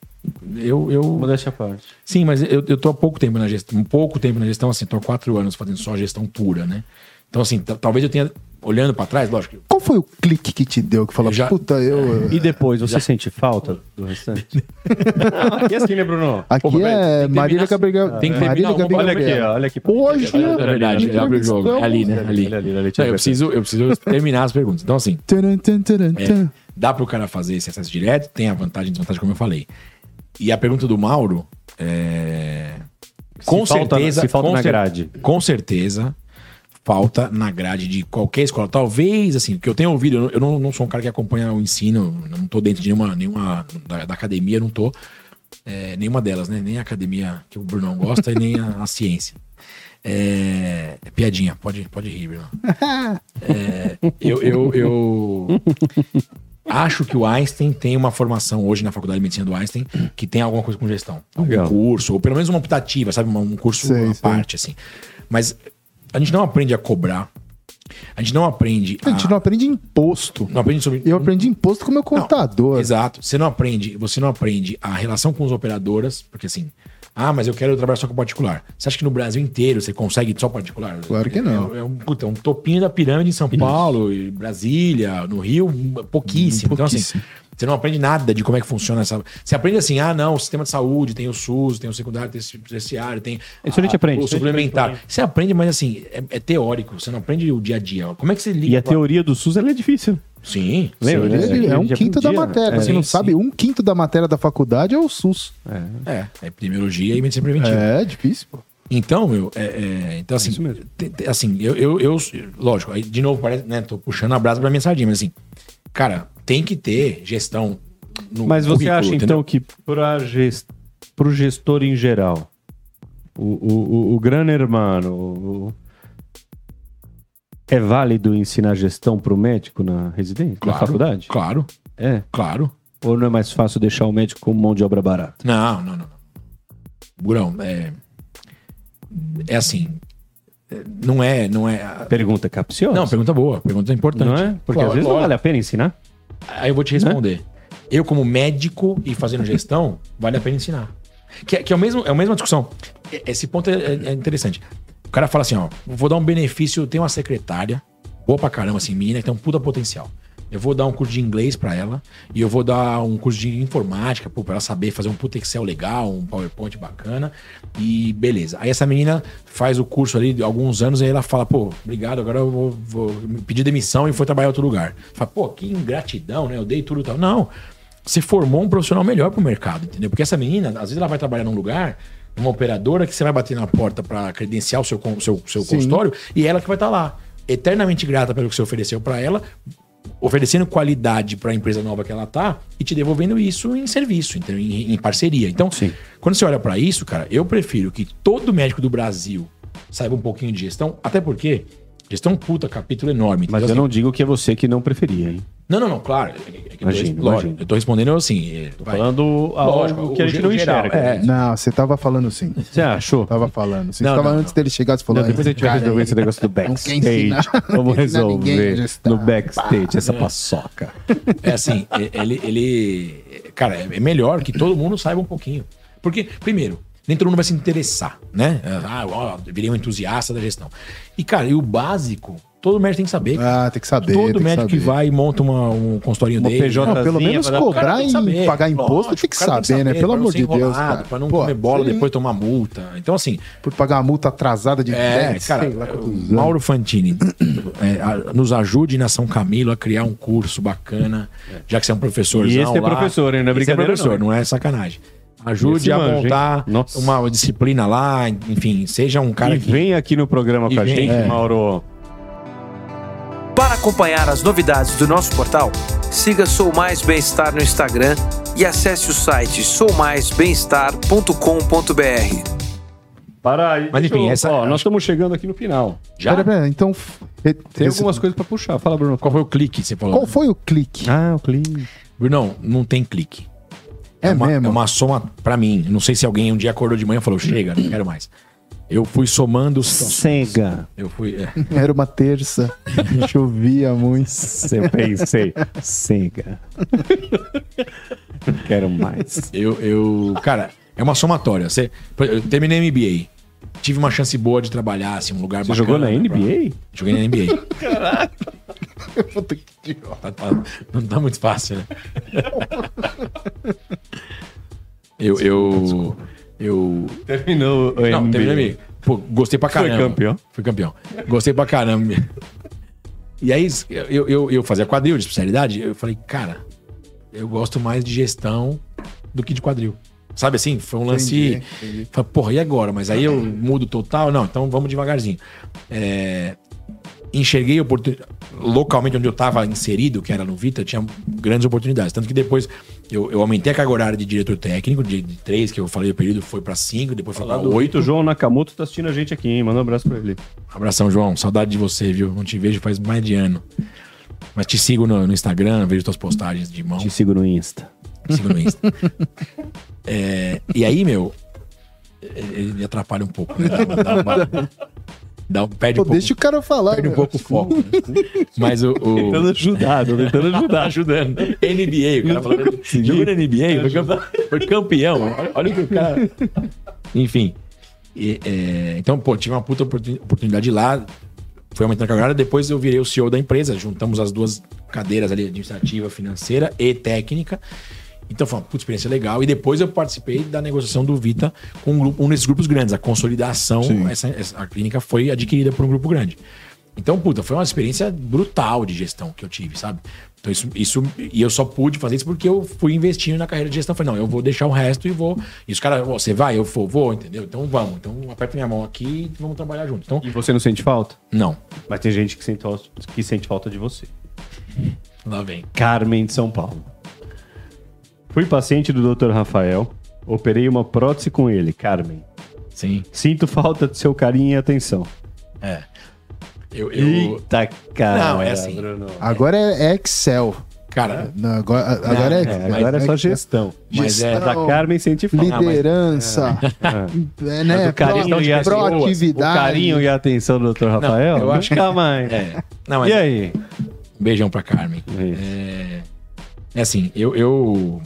Eu, eu, Modéstia à parte. sim, mas eu, eu tô há pouco tempo na gestão, um pouco tempo na gestão, assim, tô há quatro anos fazendo só gestão pura, né? Então, assim, ta- talvez eu tenha, olhando pra trás, lógico, Qual foi o clique que te deu que falou, Eu já- É. puta, eu. E depois, você sente falta do restante? <laughs> Aqui é assim, né, Bruno? Aqui Pô, mas peraí, tem é que terminar- assim. Marília Gabriel. tem que Marília terminar uma- Gabriel. Olha aqui, ó, olha aqui. Hoje, Olha, é verdade, já abre o jogo. É ali, né? Ali. Olha ali, olha ali, Não, eu, preciso, eu preciso terminar as perguntas. Então, assim, Taran, tan, taran, tan. dá pro cara fazer esse acesso direto, tem a vantagem e desvantagem, como eu falei. E a pergunta do Mauro é. Com falta- certeza. se falta com na cer- grade. Com certeza. Falta na grade de qualquer escola. Talvez, assim, que eu tenho ouvido, eu não- eu não, não sou um cara que acompanha o ensino, eu não tô dentro de nenhuma. nenhuma da, da academia, eu não tô. é, nenhuma delas, né? Nem a academia que o Brunão gosta e nem a, a ciência. É, é piadinha, pode, pode rir, Brunão. Eu, eu, eu <laughs> acho que o Einstein tem uma formação hoje na Faculdade de Medicina do Einstein que tem alguma coisa com gestão. Legal. Um curso, ou pelo menos uma optativa, sabe? Um curso Sei, sei. à parte, assim. Mas a gente não aprende a cobrar. A gente não aprende <laughs> A gente não aprende imposto. não aprende sobre... Eu aprendi imposto com meu contador. Exato. Você não aprende, você não aprende a relação com os operadoras, porque assim, ah, mas eu quero trabalhar só com particular. Você acha que no Brasil inteiro você consegue só particular? Claro que não. É, é um, puta, um topinho da pirâmide em São Paulo, e Brasília, no Rio, pouquíssimo. Então, assim, Pouquíssimo. você não aprende nada de como é que funciona essa. Você aprende assim, ah, não, o sistema de saúde, tem o SUS, tem o secundário, tem o terciário, tem. Isso a gente aprende, O isso a gente suplementar. aprende. Você aprende, mas assim, é, é teórico, você não aprende o dia a dia. Como é que você liga? E a pra- teoria do SUS ela é difícil. Sim, Lembra, sim. né? Ele é um Já quinto da podia, matéria. né? Você não Sim, sabe, um quinto da matéria da faculdade é o SUS. É, é epidemiologia e medicina preventiva. É, difícil, pô. Então, meu, é, é, então assim, isso mesmo. te- te- assim, eu, eu, eu- lógico, aí de novo parece, né, tô puxando a brasa pra minha sardinha, mas assim, cara, tem que ter gestão no Mas você currículo, acha, Um entendeu? então, que para o gestor em geral, o, o, o, o grande hermano, o- o- é válido ensinar gestão para o médico na residência, claro, na faculdade? Claro, É. claro. Ou não é mais fácil deixar o médico com mão de obra barata? Não, não, não. Burão, é é assim, é, não é, não é Pergunta capciosa. Não, pergunta boa, pergunta importante. Não é? Porque Claro, às vezes não lógico. vale a pena ensinar. Aí eu vou te responder. Eu, como médico e fazendo gestão, vale a pena ensinar. Que, é- que é, o mesmo, é a mesma discussão. E- Esse ponto é, é- é interessante. O cara fala assim: ó, vou dar um benefício, tem uma secretária, boa pra caramba, assim, menina, que tem um puta potencial. Eu vou dar um curso de inglês pra ela e eu vou dar um curso de informática, pô, pra ela saber fazer um puta Excel legal, um PowerPoint bacana e beleza. Aí essa menina faz o curso ali de alguns anos e aí ela fala, pô, obrigado, agora eu vou, vou pedir demissão e foi trabalhar em outro lugar. Fala, pô, que ingratidão, né? Eu dei tudo e tal. Não, você formou um profissional melhor pro mercado, entendeu? Porque essa menina, às vezes ela vai trabalhar num lugar, numa operadora que você vai bater na porta pra credenciar o seu, con- seu, seu consultório e ela que vai estar lá. Eternamente grata pelo que você ofereceu pra ela, oferecendo qualidade pra empresa nova que ela tá e te devolvendo isso em serviço, entendeu? em, em parceria. Então, quando você olha pra isso, cara, eu prefiro que todo médico do Brasil saiba um pouquinho de gestão, até porque gestão puta, capítulo enorme. Mas entendeu? eu não digo que é você que não preferia, hein? Não, não, não, claro. É, é que eu, Imagino, exploro. imagino. eu tô respondendo assim. é, vai. Falando a Lógico, algo que a o gente não geral, enxerga. é. Não, você tava falando sim. Você achou? Tava falando. Você Não, tava não, antes dele chegar, você falou. Não, depois a "Ai, gente vai cara, resolver esse negócio do quer backstage. ensinar- Vamos quer ensinar ninguém a resolver gestar. no backstage essa paçoca. É assim, é- ele, ele. Cara, é é melhor que todo mundo saiba um pouquinho. Porque, primeiro, nem todo mundo vai se interessar, né? Ah, ó, eu virei um entusiasta da gestão. E, cara, e o básico, todo médico tem que saber. cara. Ah, tem que saber. todo tem que médico que, saber. vai e monta uma- um consultorinho Uma dele. PJ Não, pelo Zinha, menos vai dar- o cara cobrar tem e que saber. pagar imposto Lógico, tem que o cara saber, né? Pelo pra não amor ser de Deus, enrolado, cara. Pra não Pô, comer bola, sim. depois tomar multa. Então, assim, Por pagar a multa atrasada de É, 10, cara, sei lá quantos anos. Mauro Fantini, <clears throat> é, a- nos ajude na São Camilo a criar um curso bacana, já que você é um professor. E esse é professor, hein? Não é brincadeira, professor, não. é sacanagem. Ajude Esse a manja, hein? montar Nossa. uma disciplina lá, enfim, seja um cara e que. vem aqui no programa E com a vem, gente, é. Mauro. Para acompanhar as novidades do nosso portal, siga Sou Mais Bem-Estar no Instagram e acesse o site soumaisbemestar.com.br. Para aí. Mas, deixa enfim, eu- essa- ó, nós estamos chegando aqui no final. Já? Pera, pera, então. f- e- Tem esse- algumas coisas pra puxar. Fala, Bruno. Qual foi o clique que você falou? Qual foi o clique? Ah, o clima. Brunão, não tem clique. É, uma, mesmo. É uma soma pra mim. Não sei se alguém um dia acordou de manhã e falou: chega, não quero mais. Eu fui somando. Cega. Eu fui. é. Era uma <laughs> terça. chovia muito. Eu pensei. Cega. Não quero mais. Eu, eu, cara, é uma somatória. Você, eu terminei a MBA. Tive uma chance boa de trabalhar, assim, um lugar Você jogou na pra- NBA? Joguei na NBA. <laughs> Tá- tá- não tá muito <laughs> fácil, né? eu, eu, eu... Terminou o Não, terminei a NBA. Pô, gostei pra Foi caramba. campeão? Fui campeão. Gostei pra caramba. E aí, eu, eu, eu fazia quadril de especialidade. Eu falei, cara, eu gosto mais de gestão do que de quadril. Sabe assim? Foi um lance. Entendi, entendi. Falei, porra, e agora? Mas aí eu mudo total? Não, então vamos devagarzinho. É, enxerguei oportun... localmente onde eu estava inserido, que era no Vita, tinha grandes oportunidades. Tanto que depois eu, eu aumentei a carga horária de diretor técnico, de, de três, que eu falei o período foi para cinco, depois foi para Lá do oito. oito, o João Nakamoto tá assistindo a gente aqui, hein? Manda um abraço pra ele. Abração, João. Saudade de você, viu? Não te vejo faz mais de ano. Mas te sigo no, no Instagram, vejo tuas postagens de mão. Te sigo no Insta. Te sigo <laughs> no Insta. É, e aí, meu, ele me atrapalha um pouco, né? Dá, dá, dá, dá, perde Pô, um pouco, deixa o cara falar. perde um meu. pouco o foco. né? Mas o, o- Tentando ajudar, tô tentando ajudar. ajudando. NBA, o cara falando. Jogou na NBA, foi campe- foi campeão. Olha, olha o que o cara. Enfim. E, é, então, pô, tive uma puta oportun- oportunidade lá. Foi aumentando a carga horária. Depois eu virei o CEO da empresa. Juntamos as duas cadeiras ali, administrativa, financeira e técnica. Então foi uma puta experiência legal. E depois eu participei da negociação do Vita com um, grupo, um desses grupos grandes. A consolidação, essa, essa- a clínica foi adquirida por um grupo grande. Então, puta, foi uma experiência brutal de gestão que eu tive, sabe? Então, isso, isso. E eu só pude fazer isso porque eu fui investindo na carreira de gestão. Falei, não, eu vou deixar o resto e vou. E os caras, "Ó, você vai, eu vou, vou, entendeu? Então vamos. Então aperta minha mão aqui e vamos trabalhar junto. Então, E você não sente falta? não. Mas tem gente que sente, que sente falta de você. Lá vem. Carmen de São Paulo. Fui paciente do Dr. Rafael. Operei uma prótese com ele, Carmen. Sim. Sinto falta do seu carinho e atenção. É. Eu. eu Eita, cara. Não, é assim. Bruno. Agora é é Excel. cara, Não, agora, a- agora é, É, agora é só gestão. mas é. Mas a Carmen sente falta. Ah, Liderança. É, né? Mas o carinho Pro- e as proatividade. O carinho e a atenção do Dr. Rafael? eu acho que- Nunca mais. É. Não, mas E aí? beijão pra Carmen. Isso. É, É assim, eu, eu.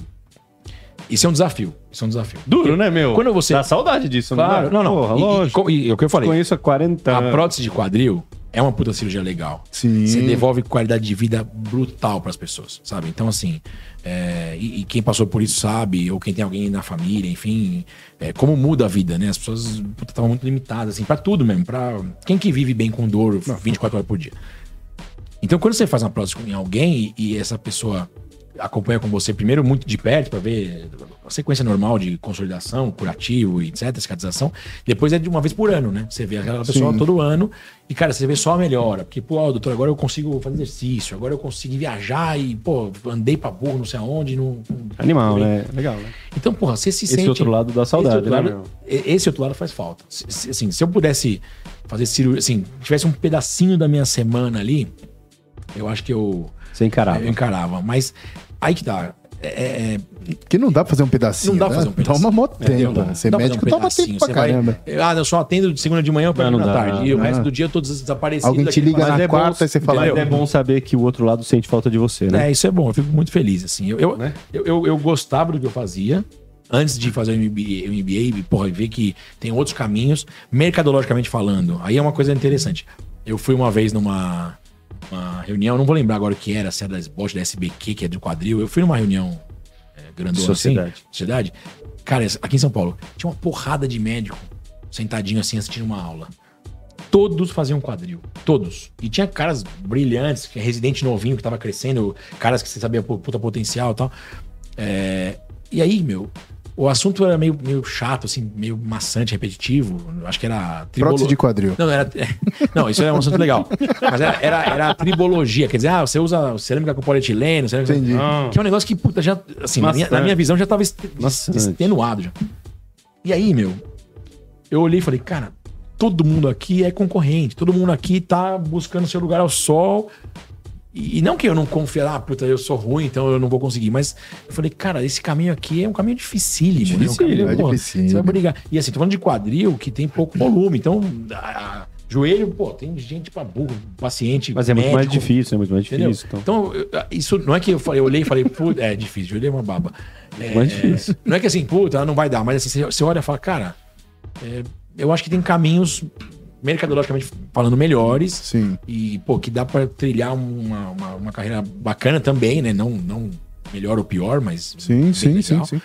Isso é um desafio. Isso é um desafio. Duro, né, meu? Quando você. Dá saudade disso, Claro, não não, dá? não. Porra, E- e- lógico. co- e é o que eu falei. Conheço há 40 A anos. prótese de quadril é uma puta cirurgia legal. Sim. Você devolve qualidade de vida brutal para as pessoas, sabe? Então, assim, é, e, e quem passou por isso sabe, ou quem tem alguém na família, enfim, é, como muda a vida, né? As pessoas puta, estavam muito limitadas, assim, para tudo mesmo. Pra quem que vive bem com dor 24 horas por dia. Então, quando você faz uma prótese em alguém e, e essa pessoa acompanha com você, primeiro muito de perto, para ver a sequência normal de consolidação, curativo, e etc., cicatrização. Depois é de uma vez por ano, né? Você vê aquela pessoa todo ano e, cara, você vê só a melhora. Porque, pô, ó, doutor, agora eu consigo fazer exercício, agora eu consegui viajar e, pô, andei pra burro, não sei aonde. Não, Animal, né? Legal, né? Então, porra, você se Esse sente. outro lado dá saudade, esse outro lado, né, meu? e- esse outro lado faz falta. Se- se- Assim, se eu pudesse fazer cirurgia, assim, tivesse um pedacinho da minha semana ali, eu acho que eu, Você encarava. eu encarava. Mas aí que tá. É- é- Porque não dá pra fazer um pedacinho. Não dá pra né? fazer um pedacinho. Toma mó é- não tempo. dá. Você é Dá pra médico, fazer um toma tempo pedacinho, pra você vai- caramba. Ah, eu só atendo de segunda de manhã para Não, da não dá, tarde. E o não. resto do dia eu tô des- desaparecido. Alguém te daquele liga lado. na é bom- quarta e você fala. Mas "Meu, é bom saber que o outro lado sente falta de você, né? É, isso é bom. Eu fico muito feliz, assim. Eu, eu, Né? eu, eu, eu gostava do que eu fazia. Antes de fazer o MBA, o MBA e, porra, e ver que tem outros caminhos, mercadologicamente falando. Aí é uma coisa interessante. Eu fui uma vez numa uma reunião, não vou lembrar agora o que era, se era da SBOT, da SBQ, que é do quadril. Eu fui numa reunião é, grandona assim, Sociedade. sociedade. Cara, aqui em São Paulo, tinha uma porrada de médico sentadinho assim, assistindo uma aula. Todos faziam quadril. Todos. E tinha caras brilhantes, que é residente novinho que tava crescendo, caras que você sabia pô, puta potencial e tal. É, E aí, meu, o assunto era meio, meio chato, assim, meio maçante, repetitivo. Acho que era Prótese tribolo- de quadril. não, era. <laughs> Não, isso era um assunto legal. Mas era, era, era a tribologia. Quer dizer, ah, você usa cerâmica com polietileno, cerâmica. Entendi. Ah, Que é um negócio que, puta, já. Assim, na minha, na minha visão já tava est- Bastante. extenuado já. E aí, meu, eu olhei e falei, cara, todo mundo aqui é concorrente, todo mundo aqui tá buscando seu lugar ao sol. E e não que eu não confie, ah, puta, eu sou ruim, então eu não vou conseguir. Mas eu falei, cara, esse caminho aqui é um caminho dificílimo. né? É um Dificílimo, caminho, é pô, dificílimo. Você vai brigar. E assim, tô falando de quadril que tem pouco volume. Então, a- a- joelho, pô, tem gente pra burro, paciente. Mas é muito mais médico. difícil, é muito mais Entendeu? difícil. Então. Então, eu- isso não é que eu, falei, eu olhei e falei, puta, é difícil, eu olhei uma baba. É, Mas difícil. Não é que assim, puta, ela não vai dar, mas assim, você- você olha e fala, cara, é, eu acho que tem caminhos, mercadologicamente falando, melhores. Sim. E, pô, que dá pra trilhar uma, uma, uma carreira bacana também, né? Não, não melhor ou pior, mas. Sim, bem sim, sim, legal. sim.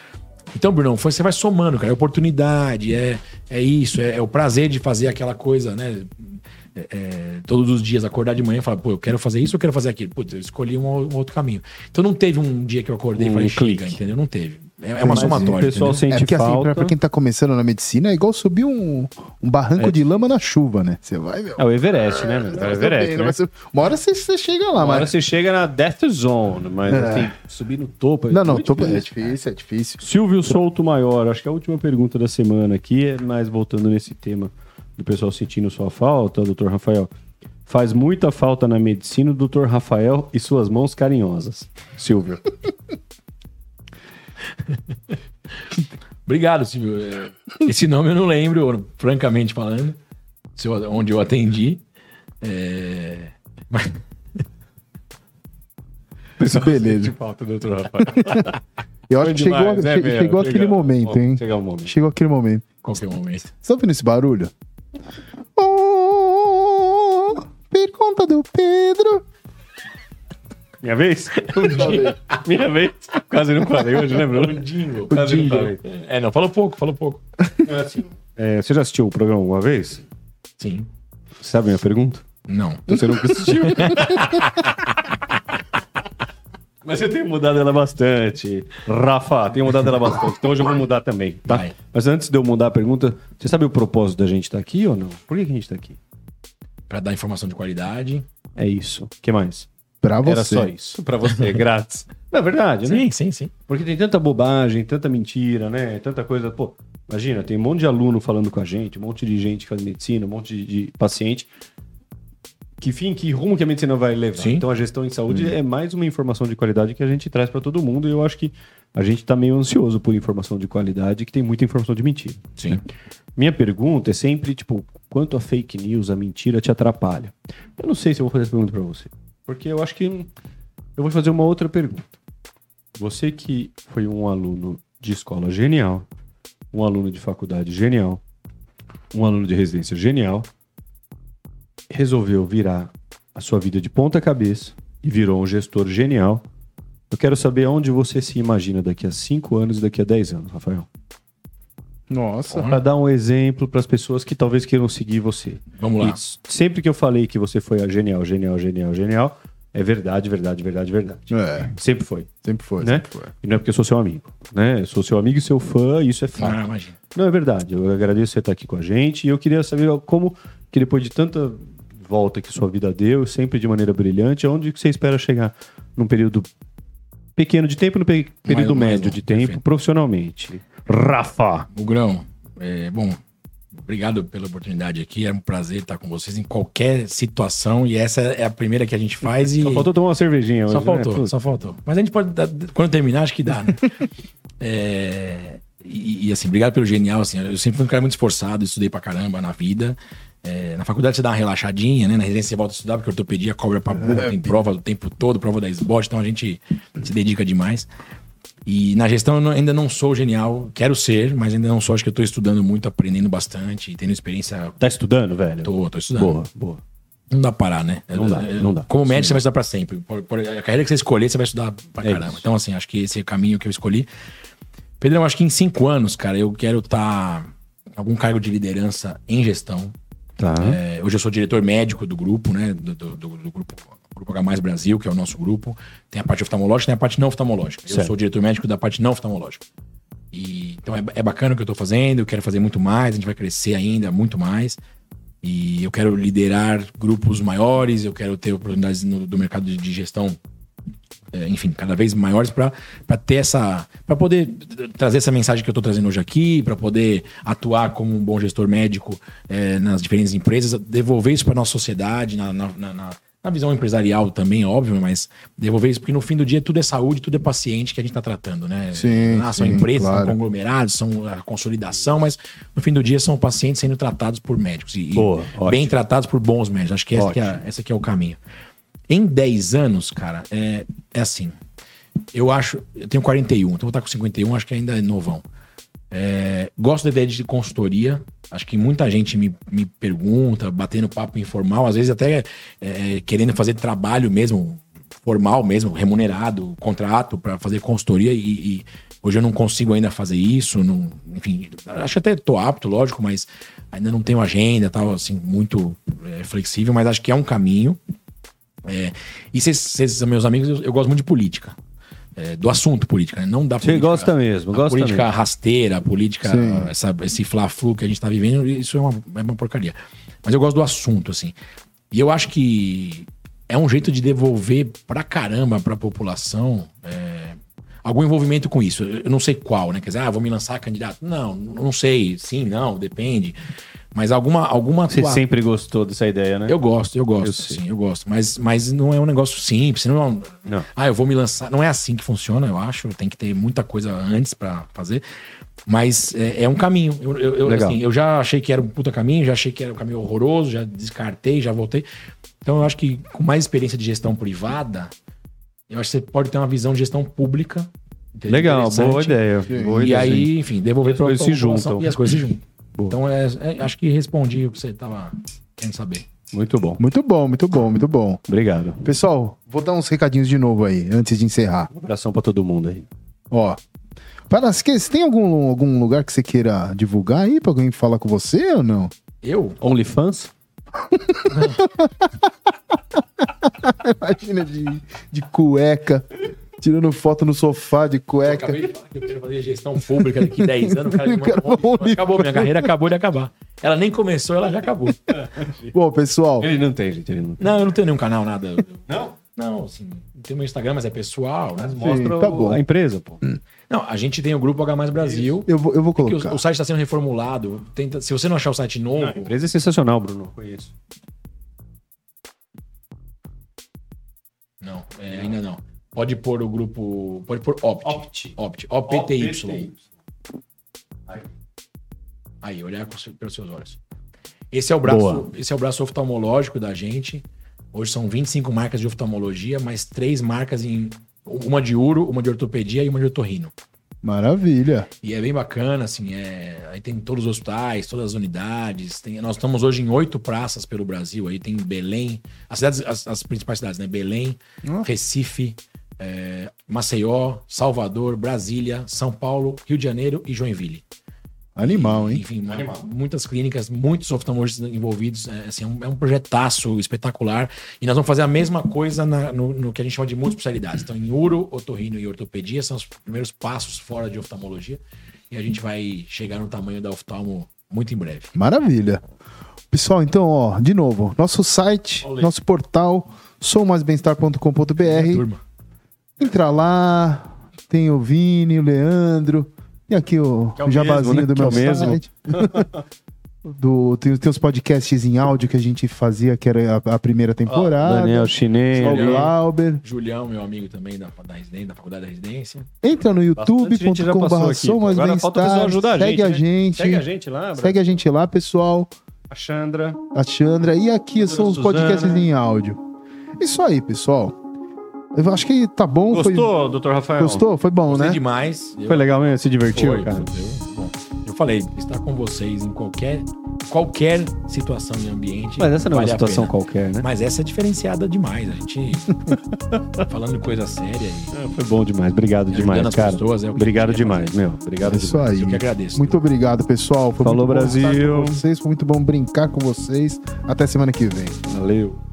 Então, Brunão, foi- você vai somando, cara. É oportunidade, é, é isso, é, é o prazer de fazer aquela coisa, né? É, é, todos os dias, acordar de manhã e falar, pô, eu quero fazer isso, eu quero fazer aquilo. Putz, eu escolhi um, ou- um outro caminho. Então não teve um dia que eu acordei e Um falei, chega, clique. entendeu? Não teve. É, é uma Mas somatória. O pessoal entendeu? sente É porque assim, falta. pra, pra quem tá começando na medicina, é igual subir um, um barranco de lama na chuva, né? Você vai, meu. É o Everest, né, meu? É o Mas Everest, também, né? mas você- Uma hora você, você chega lá, Agora mas. você chega na Death Zone, mas assim, subir no topo... é Não, não, muito tô... é difícil. difícil, é difícil. Silvio Souto Maior, acho que a última pergunta da semana aqui é mais voltando nesse tema do pessoal sentindo sua falta, doutor Rafael. Faz muita falta na medicina o doutor Rafael e suas mãos carinhosas. Silvio. Obrigado, Silvio. É, Esse nome eu não lembro, francamente falando, se eu- onde eu atendi. É, Mas tipo, Beleza. falta, doutor Rafael. Eu acho que <laughs> chegou, demais, né, che- meu? chegou aquele Legal. momento, hein? Chegar o momento. Chegou aquele momento. qualquer momento. Você tá ouvindo esse barulho? Oh, pergunta do Pedro. Minha vez? <laughs> Minha vez? Quase não falei hoje, lembrou? Dingo. Quase não falei. É, não, falou pouco, falou pouco. É, você já assistiu o programa uma vez? Sim. Sabe a minha pergunta? Não. Então Você nunca assistiu. <laughs> Mas eu tenho mudado ela bastante. Rafa, tenho mudado ela bastante. Então hoje eu vou mudar também, tá? Vai. Mas antes de eu mudar a pergunta, você sabe o propósito da gente estar aqui ou não? Por que, que a gente está aqui? Pra dar informação de qualidade. É isso. O que mais? Pra você. Era só isso. Pra você, grátis. Na verdade, né? sim, sim. Porque tem tanta bobagem, tanta mentira, né? Tanta coisa. Pô, imagina, tem um monte de aluno falando com a gente, um monte de gente que faz medicina, um monte de, de paciente. Que fim, que rumo que a medicina vai levar. Sim. Então a gestão em saúde é mais uma informação de qualidade que a gente traz pra todo mundo. E eu acho que a gente tá meio ansioso por informação de qualidade, que tem muita informação de mentira. Sim. Minha pergunta é sempre, tipo, quanto a fake news, a mentira te atrapalha? Eu não sei se eu vou fazer essa pergunta pra você. Porque eu acho que. hum, Eu vou fazer uma outra pergunta. Você que foi um aluno de escola genial, um aluno de faculdade genial, um aluno de residência genial, resolveu virar a sua vida de ponta cabeça e virou um gestor genial. Eu quero saber onde você se imagina daqui a 5 anos e daqui a 10 anos, Rafael. Nossa. Para dar um exemplo para as pessoas que talvez queiram seguir você. Vamos lá. E sempre que eu falei que você foi a genial, genial, genial, genial, é verdade, verdade, verdade, verdade. É, Sempre foi. sempre foi, Né? sempre foi. E não é porque eu sou seu amigo, né? Eu sou seu amigo e seu fã, e isso é fato. Ah, imagina. Não, é verdade. Eu agradeço você estar aqui com a gente. E eu queria saber como que depois de tanta volta que sua vida deu, sempre de maneira brilhante, aonde que você espera chegar num período pequeno de tempo, e num pe- período mais médio longo, de tempo, perfeito. profissionalmente. Rafa! Mugrão, Tá é, bom, obrigado pela oportunidade aqui. É um prazer estar com vocês em qualquer situação. E essa é a primeira que a gente faz. E... Só faltou tomar uma cervejinha Só hoje, faltou, né? só faltou. Mas a gente pode, dar- quando terminar, acho que dá, né? É, e, e, assim, obrigado pelo genial, assim, eu sempre fui um cara muito esforçado, estudei pra caramba na vida. É, na faculdade você dá uma relaxadinha, né? Na residência você volta a estudar, porque ortopedia cobra pra burra, tem prova o tempo todo, prova da esbote, então a gente se dedica demais. E na gestão eu não- ainda não sou genial, quero ser, mas ainda não sou, acho que eu tô estudando muito, aprendendo bastante, tendo experiência... Tá estudando, velho? Tô, tô estudando. Boa, boa. Não dá pra parar, né? Não dá, não dá. Como médico, você vai estudar pra sempre. Por- por- a carreira que você escolher, você vai estudar pra É caramba. isso. Então, assim, acho que esse é o caminho que eu escolhi. Pedrão, acho que em cinco anos, cara, eu quero estar em algum cargo de liderança em gestão. Tá. É, hoje eu sou diretor médico do grupo, né? Do, do- do- do grupo, grupo H Mais Brasil, que é o nosso grupo. Tem a parte oftalmológica, tem a parte não oftalmológica. Eu Certo. sou o diretor médico da parte não oftalmológica. E, então é, é bacana o que eu tô fazendo, eu quero fazer muito mais, a gente vai crescer ainda muito mais. E eu quero liderar grupos maiores, eu quero ter oportunidades no, do mercado de, de gestão, é, enfim, cada vez maiores para ter essa. para poder trazer essa mensagem que eu estou trazendo hoje aqui, para poder atuar como um bom gestor médico é, nas diferentes empresas, devolver isso para nossa sociedade, na, na, na- na- na visão empresarial também, óbvio, mas devolver isso, porque no fim do dia tudo é saúde, tudo é paciente que a gente está tratando, né? Sim, Ah, são sim, empresas, claro. são conglomerados, são a consolidação, mas no fim do dia são pacientes sendo tratados por médicos. E, e Boa, ótimo. bem tratados por bons médicos. Acho que essa, que é, essa que é o caminho. Em 10 anos, cara, é, é assim. Eu acho. Eu tenho 41, então vou estar com 51, acho que ainda é novão. É, gosto da ideia de consultoria. Acho que muita gente me, me pergunta, batendo papo informal, às vezes até é, querendo fazer trabalho mesmo, formal mesmo, remunerado, contrato para fazer consultoria. E, e hoje eu não consigo ainda fazer isso. não- enfim, acho que até tô apto, lógico, mas ainda não tenho agenda, tal, assim, muito é, flexível. Mas acho que é um caminho. É, e vocês- vocês são meus amigos, eu, eu gosto muito de política. É, do assunto política, né? não da Você política. gosta mesmo, A gosta política mesmo. rasteira, a política, Sim. essa, esse fla-flu que a gente tá vivendo, isso é uma, é uma porcaria. Mas eu gosto do assunto, assim. E eu acho que é um jeito de devolver pra caramba pra população é, algum envolvimento com isso. Eu eu não sei qual, né? Quer dizer, ah, vou me lançar candidato. Não, não sei. Sim, não, depende. Mas alguma, alguma Você atua- sempre gostou dessa ideia, né? eu gosto, eu gosto, Eu sei. sim, eu gosto. Mas, mas não é um negócio simples, não é um... Não. Ah, eu vou me lançar. Não é assim que funciona, eu acho. Tem que ter muita coisa antes pra fazer. Mas é, é um caminho. Eu, eu, eu, Legal. assim, eu já achei que era um puta caminho, já achei que era um caminho horroroso, já descartei, já voltei. Então eu acho que com mais experiência de gestão privada, eu acho que você pode ter uma visão de gestão pública. entendeu? Legal, Interessante. boa ideia. boa E ideia, sim. aí, enfim, devolver As pra coisas pra se população juntam. E as coisas se juntam. Boa. Então é- é- acho que respondi o que você tava querendo saber. Muito bom. Muito bom, muito bom, muito bom. Obrigado. Pessoal, vou dar uns recadinhos de novo aí, antes de encerrar. Um abração pra todo mundo aí. Ó. Para, se que- se tem algum, algum lugar que você queira divulgar aí pra alguém falar com você ou não? <laughs> Eu? OnlyFans? Imagina de, de cueca, tirando foto no sofá de Eu cueca. acabei de falar que eu quero fazer gestão pública daqui 10 anos. O cara me manda Cara, um monte de coisa. onde- acabou, minha carreira acabou de acabar. Ela nem começou, ela já acabou. Bom, pessoal, Ele não tem, gente. Ele não tem. Não, eu não tenho nenhum canal, nada. Não? Não, assim, tem meu Instagram, mas é pessoal. né? Sim, tá bom. a empresa, pô. Não, a gente tem o grupo H Mais Brasil. eu vou, eu vou que colocar. o, o site está sendo reformulado. Tenta- se você não achar o site novo, A empresa é sensacional, Bruno. Conheço. não, é, ainda não. Pode pôr o grupo. Pode pôr Opt. Opt. Opt. OPTY. Aí, olhar com seu- pelos seus olhos. Esse é o braço, Boa. esse é o braço oftalmológico da gente. Hoje são 25 marcas de oftalmologia, mais três marcas em Uma de uro, uma de ortopedia e uma de otorrino. Maravilha. E é bem bacana, assim, é... aí tem todos os hospitais, todas as unidades. tem- Nós estamos hoje em oito praças pelo Brasil. Aí tem Belém, as, cidades, as, as principais cidades, né? Belém, Ah. Recife, é, Maceió, Salvador, Brasília, São Paulo, Rio de Janeiro e Joinville. Animal, hein? Enfim, né? muitas clínicas, muitos oftalmologistas envolvidos. É, assim, é, um, é um projetaço espetacular. E nós vamos fazer a mesma coisa na- no, no que a gente chama de multispecialidades. Então, em uro, otorrino e ortopedia são os primeiros passos fora de oftalmologia. E a gente vai chegar no tamanho da oftalmo muito em breve. Maravilha. Pessoal, então, ó, de novo, nosso site, nosso portal, soumaisbemestar.com.br. Turma. Entra lá, tem o Vini, o Leandro, e aqui o, Que é o jabazinho mesmo, né? do Que é meu o mesmo. <laughs> site. do, tem, tem os podcasts em áudio que a gente fazia, que era a, a primeira temporada. Ah, Daniel Chinês. Só o Daniel. Glauber. Julião, meu amigo também da, da, residência, da faculdade da residência. Entra no Bastante gente já passou youtube.com.br. aqui. Agora falta o pessoal ajudar a Segue gente, a gente. né? Segue a gente lá, Bra- Segue a gente lá, pessoal. a Chandra. a Chandra. E aqui são os Suzana. podcasts em áudio. Isso aí, pessoal. Eu acho que tá bom. foi- Gostou, doutor Rafael? Gostou? Foi bom, Gostei né? demais. Eu- Foi legal mesmo? Se divertiu, Foi, cara? Eu, bom, eu falei, estar com vocês em qualquer, qualquer situação e ambiente. Mas essa não é uma vale a situação pena. qualquer, né? Mas essa é diferenciada demais. A gente <laughs> tá falando de coisa séria e é, Foi bom demais. Obrigado ajudando demais, as cara. pessoas. É o que Obrigado eu queria fazer. demais, meu. Obrigado Isso demais. aí. Eu que agradeço. Muito obrigado, pessoal. Foi Falou, muito bom estar Brasil. com vocês. Foi muito bom brincar com vocês. Até semana que vem. Valeu.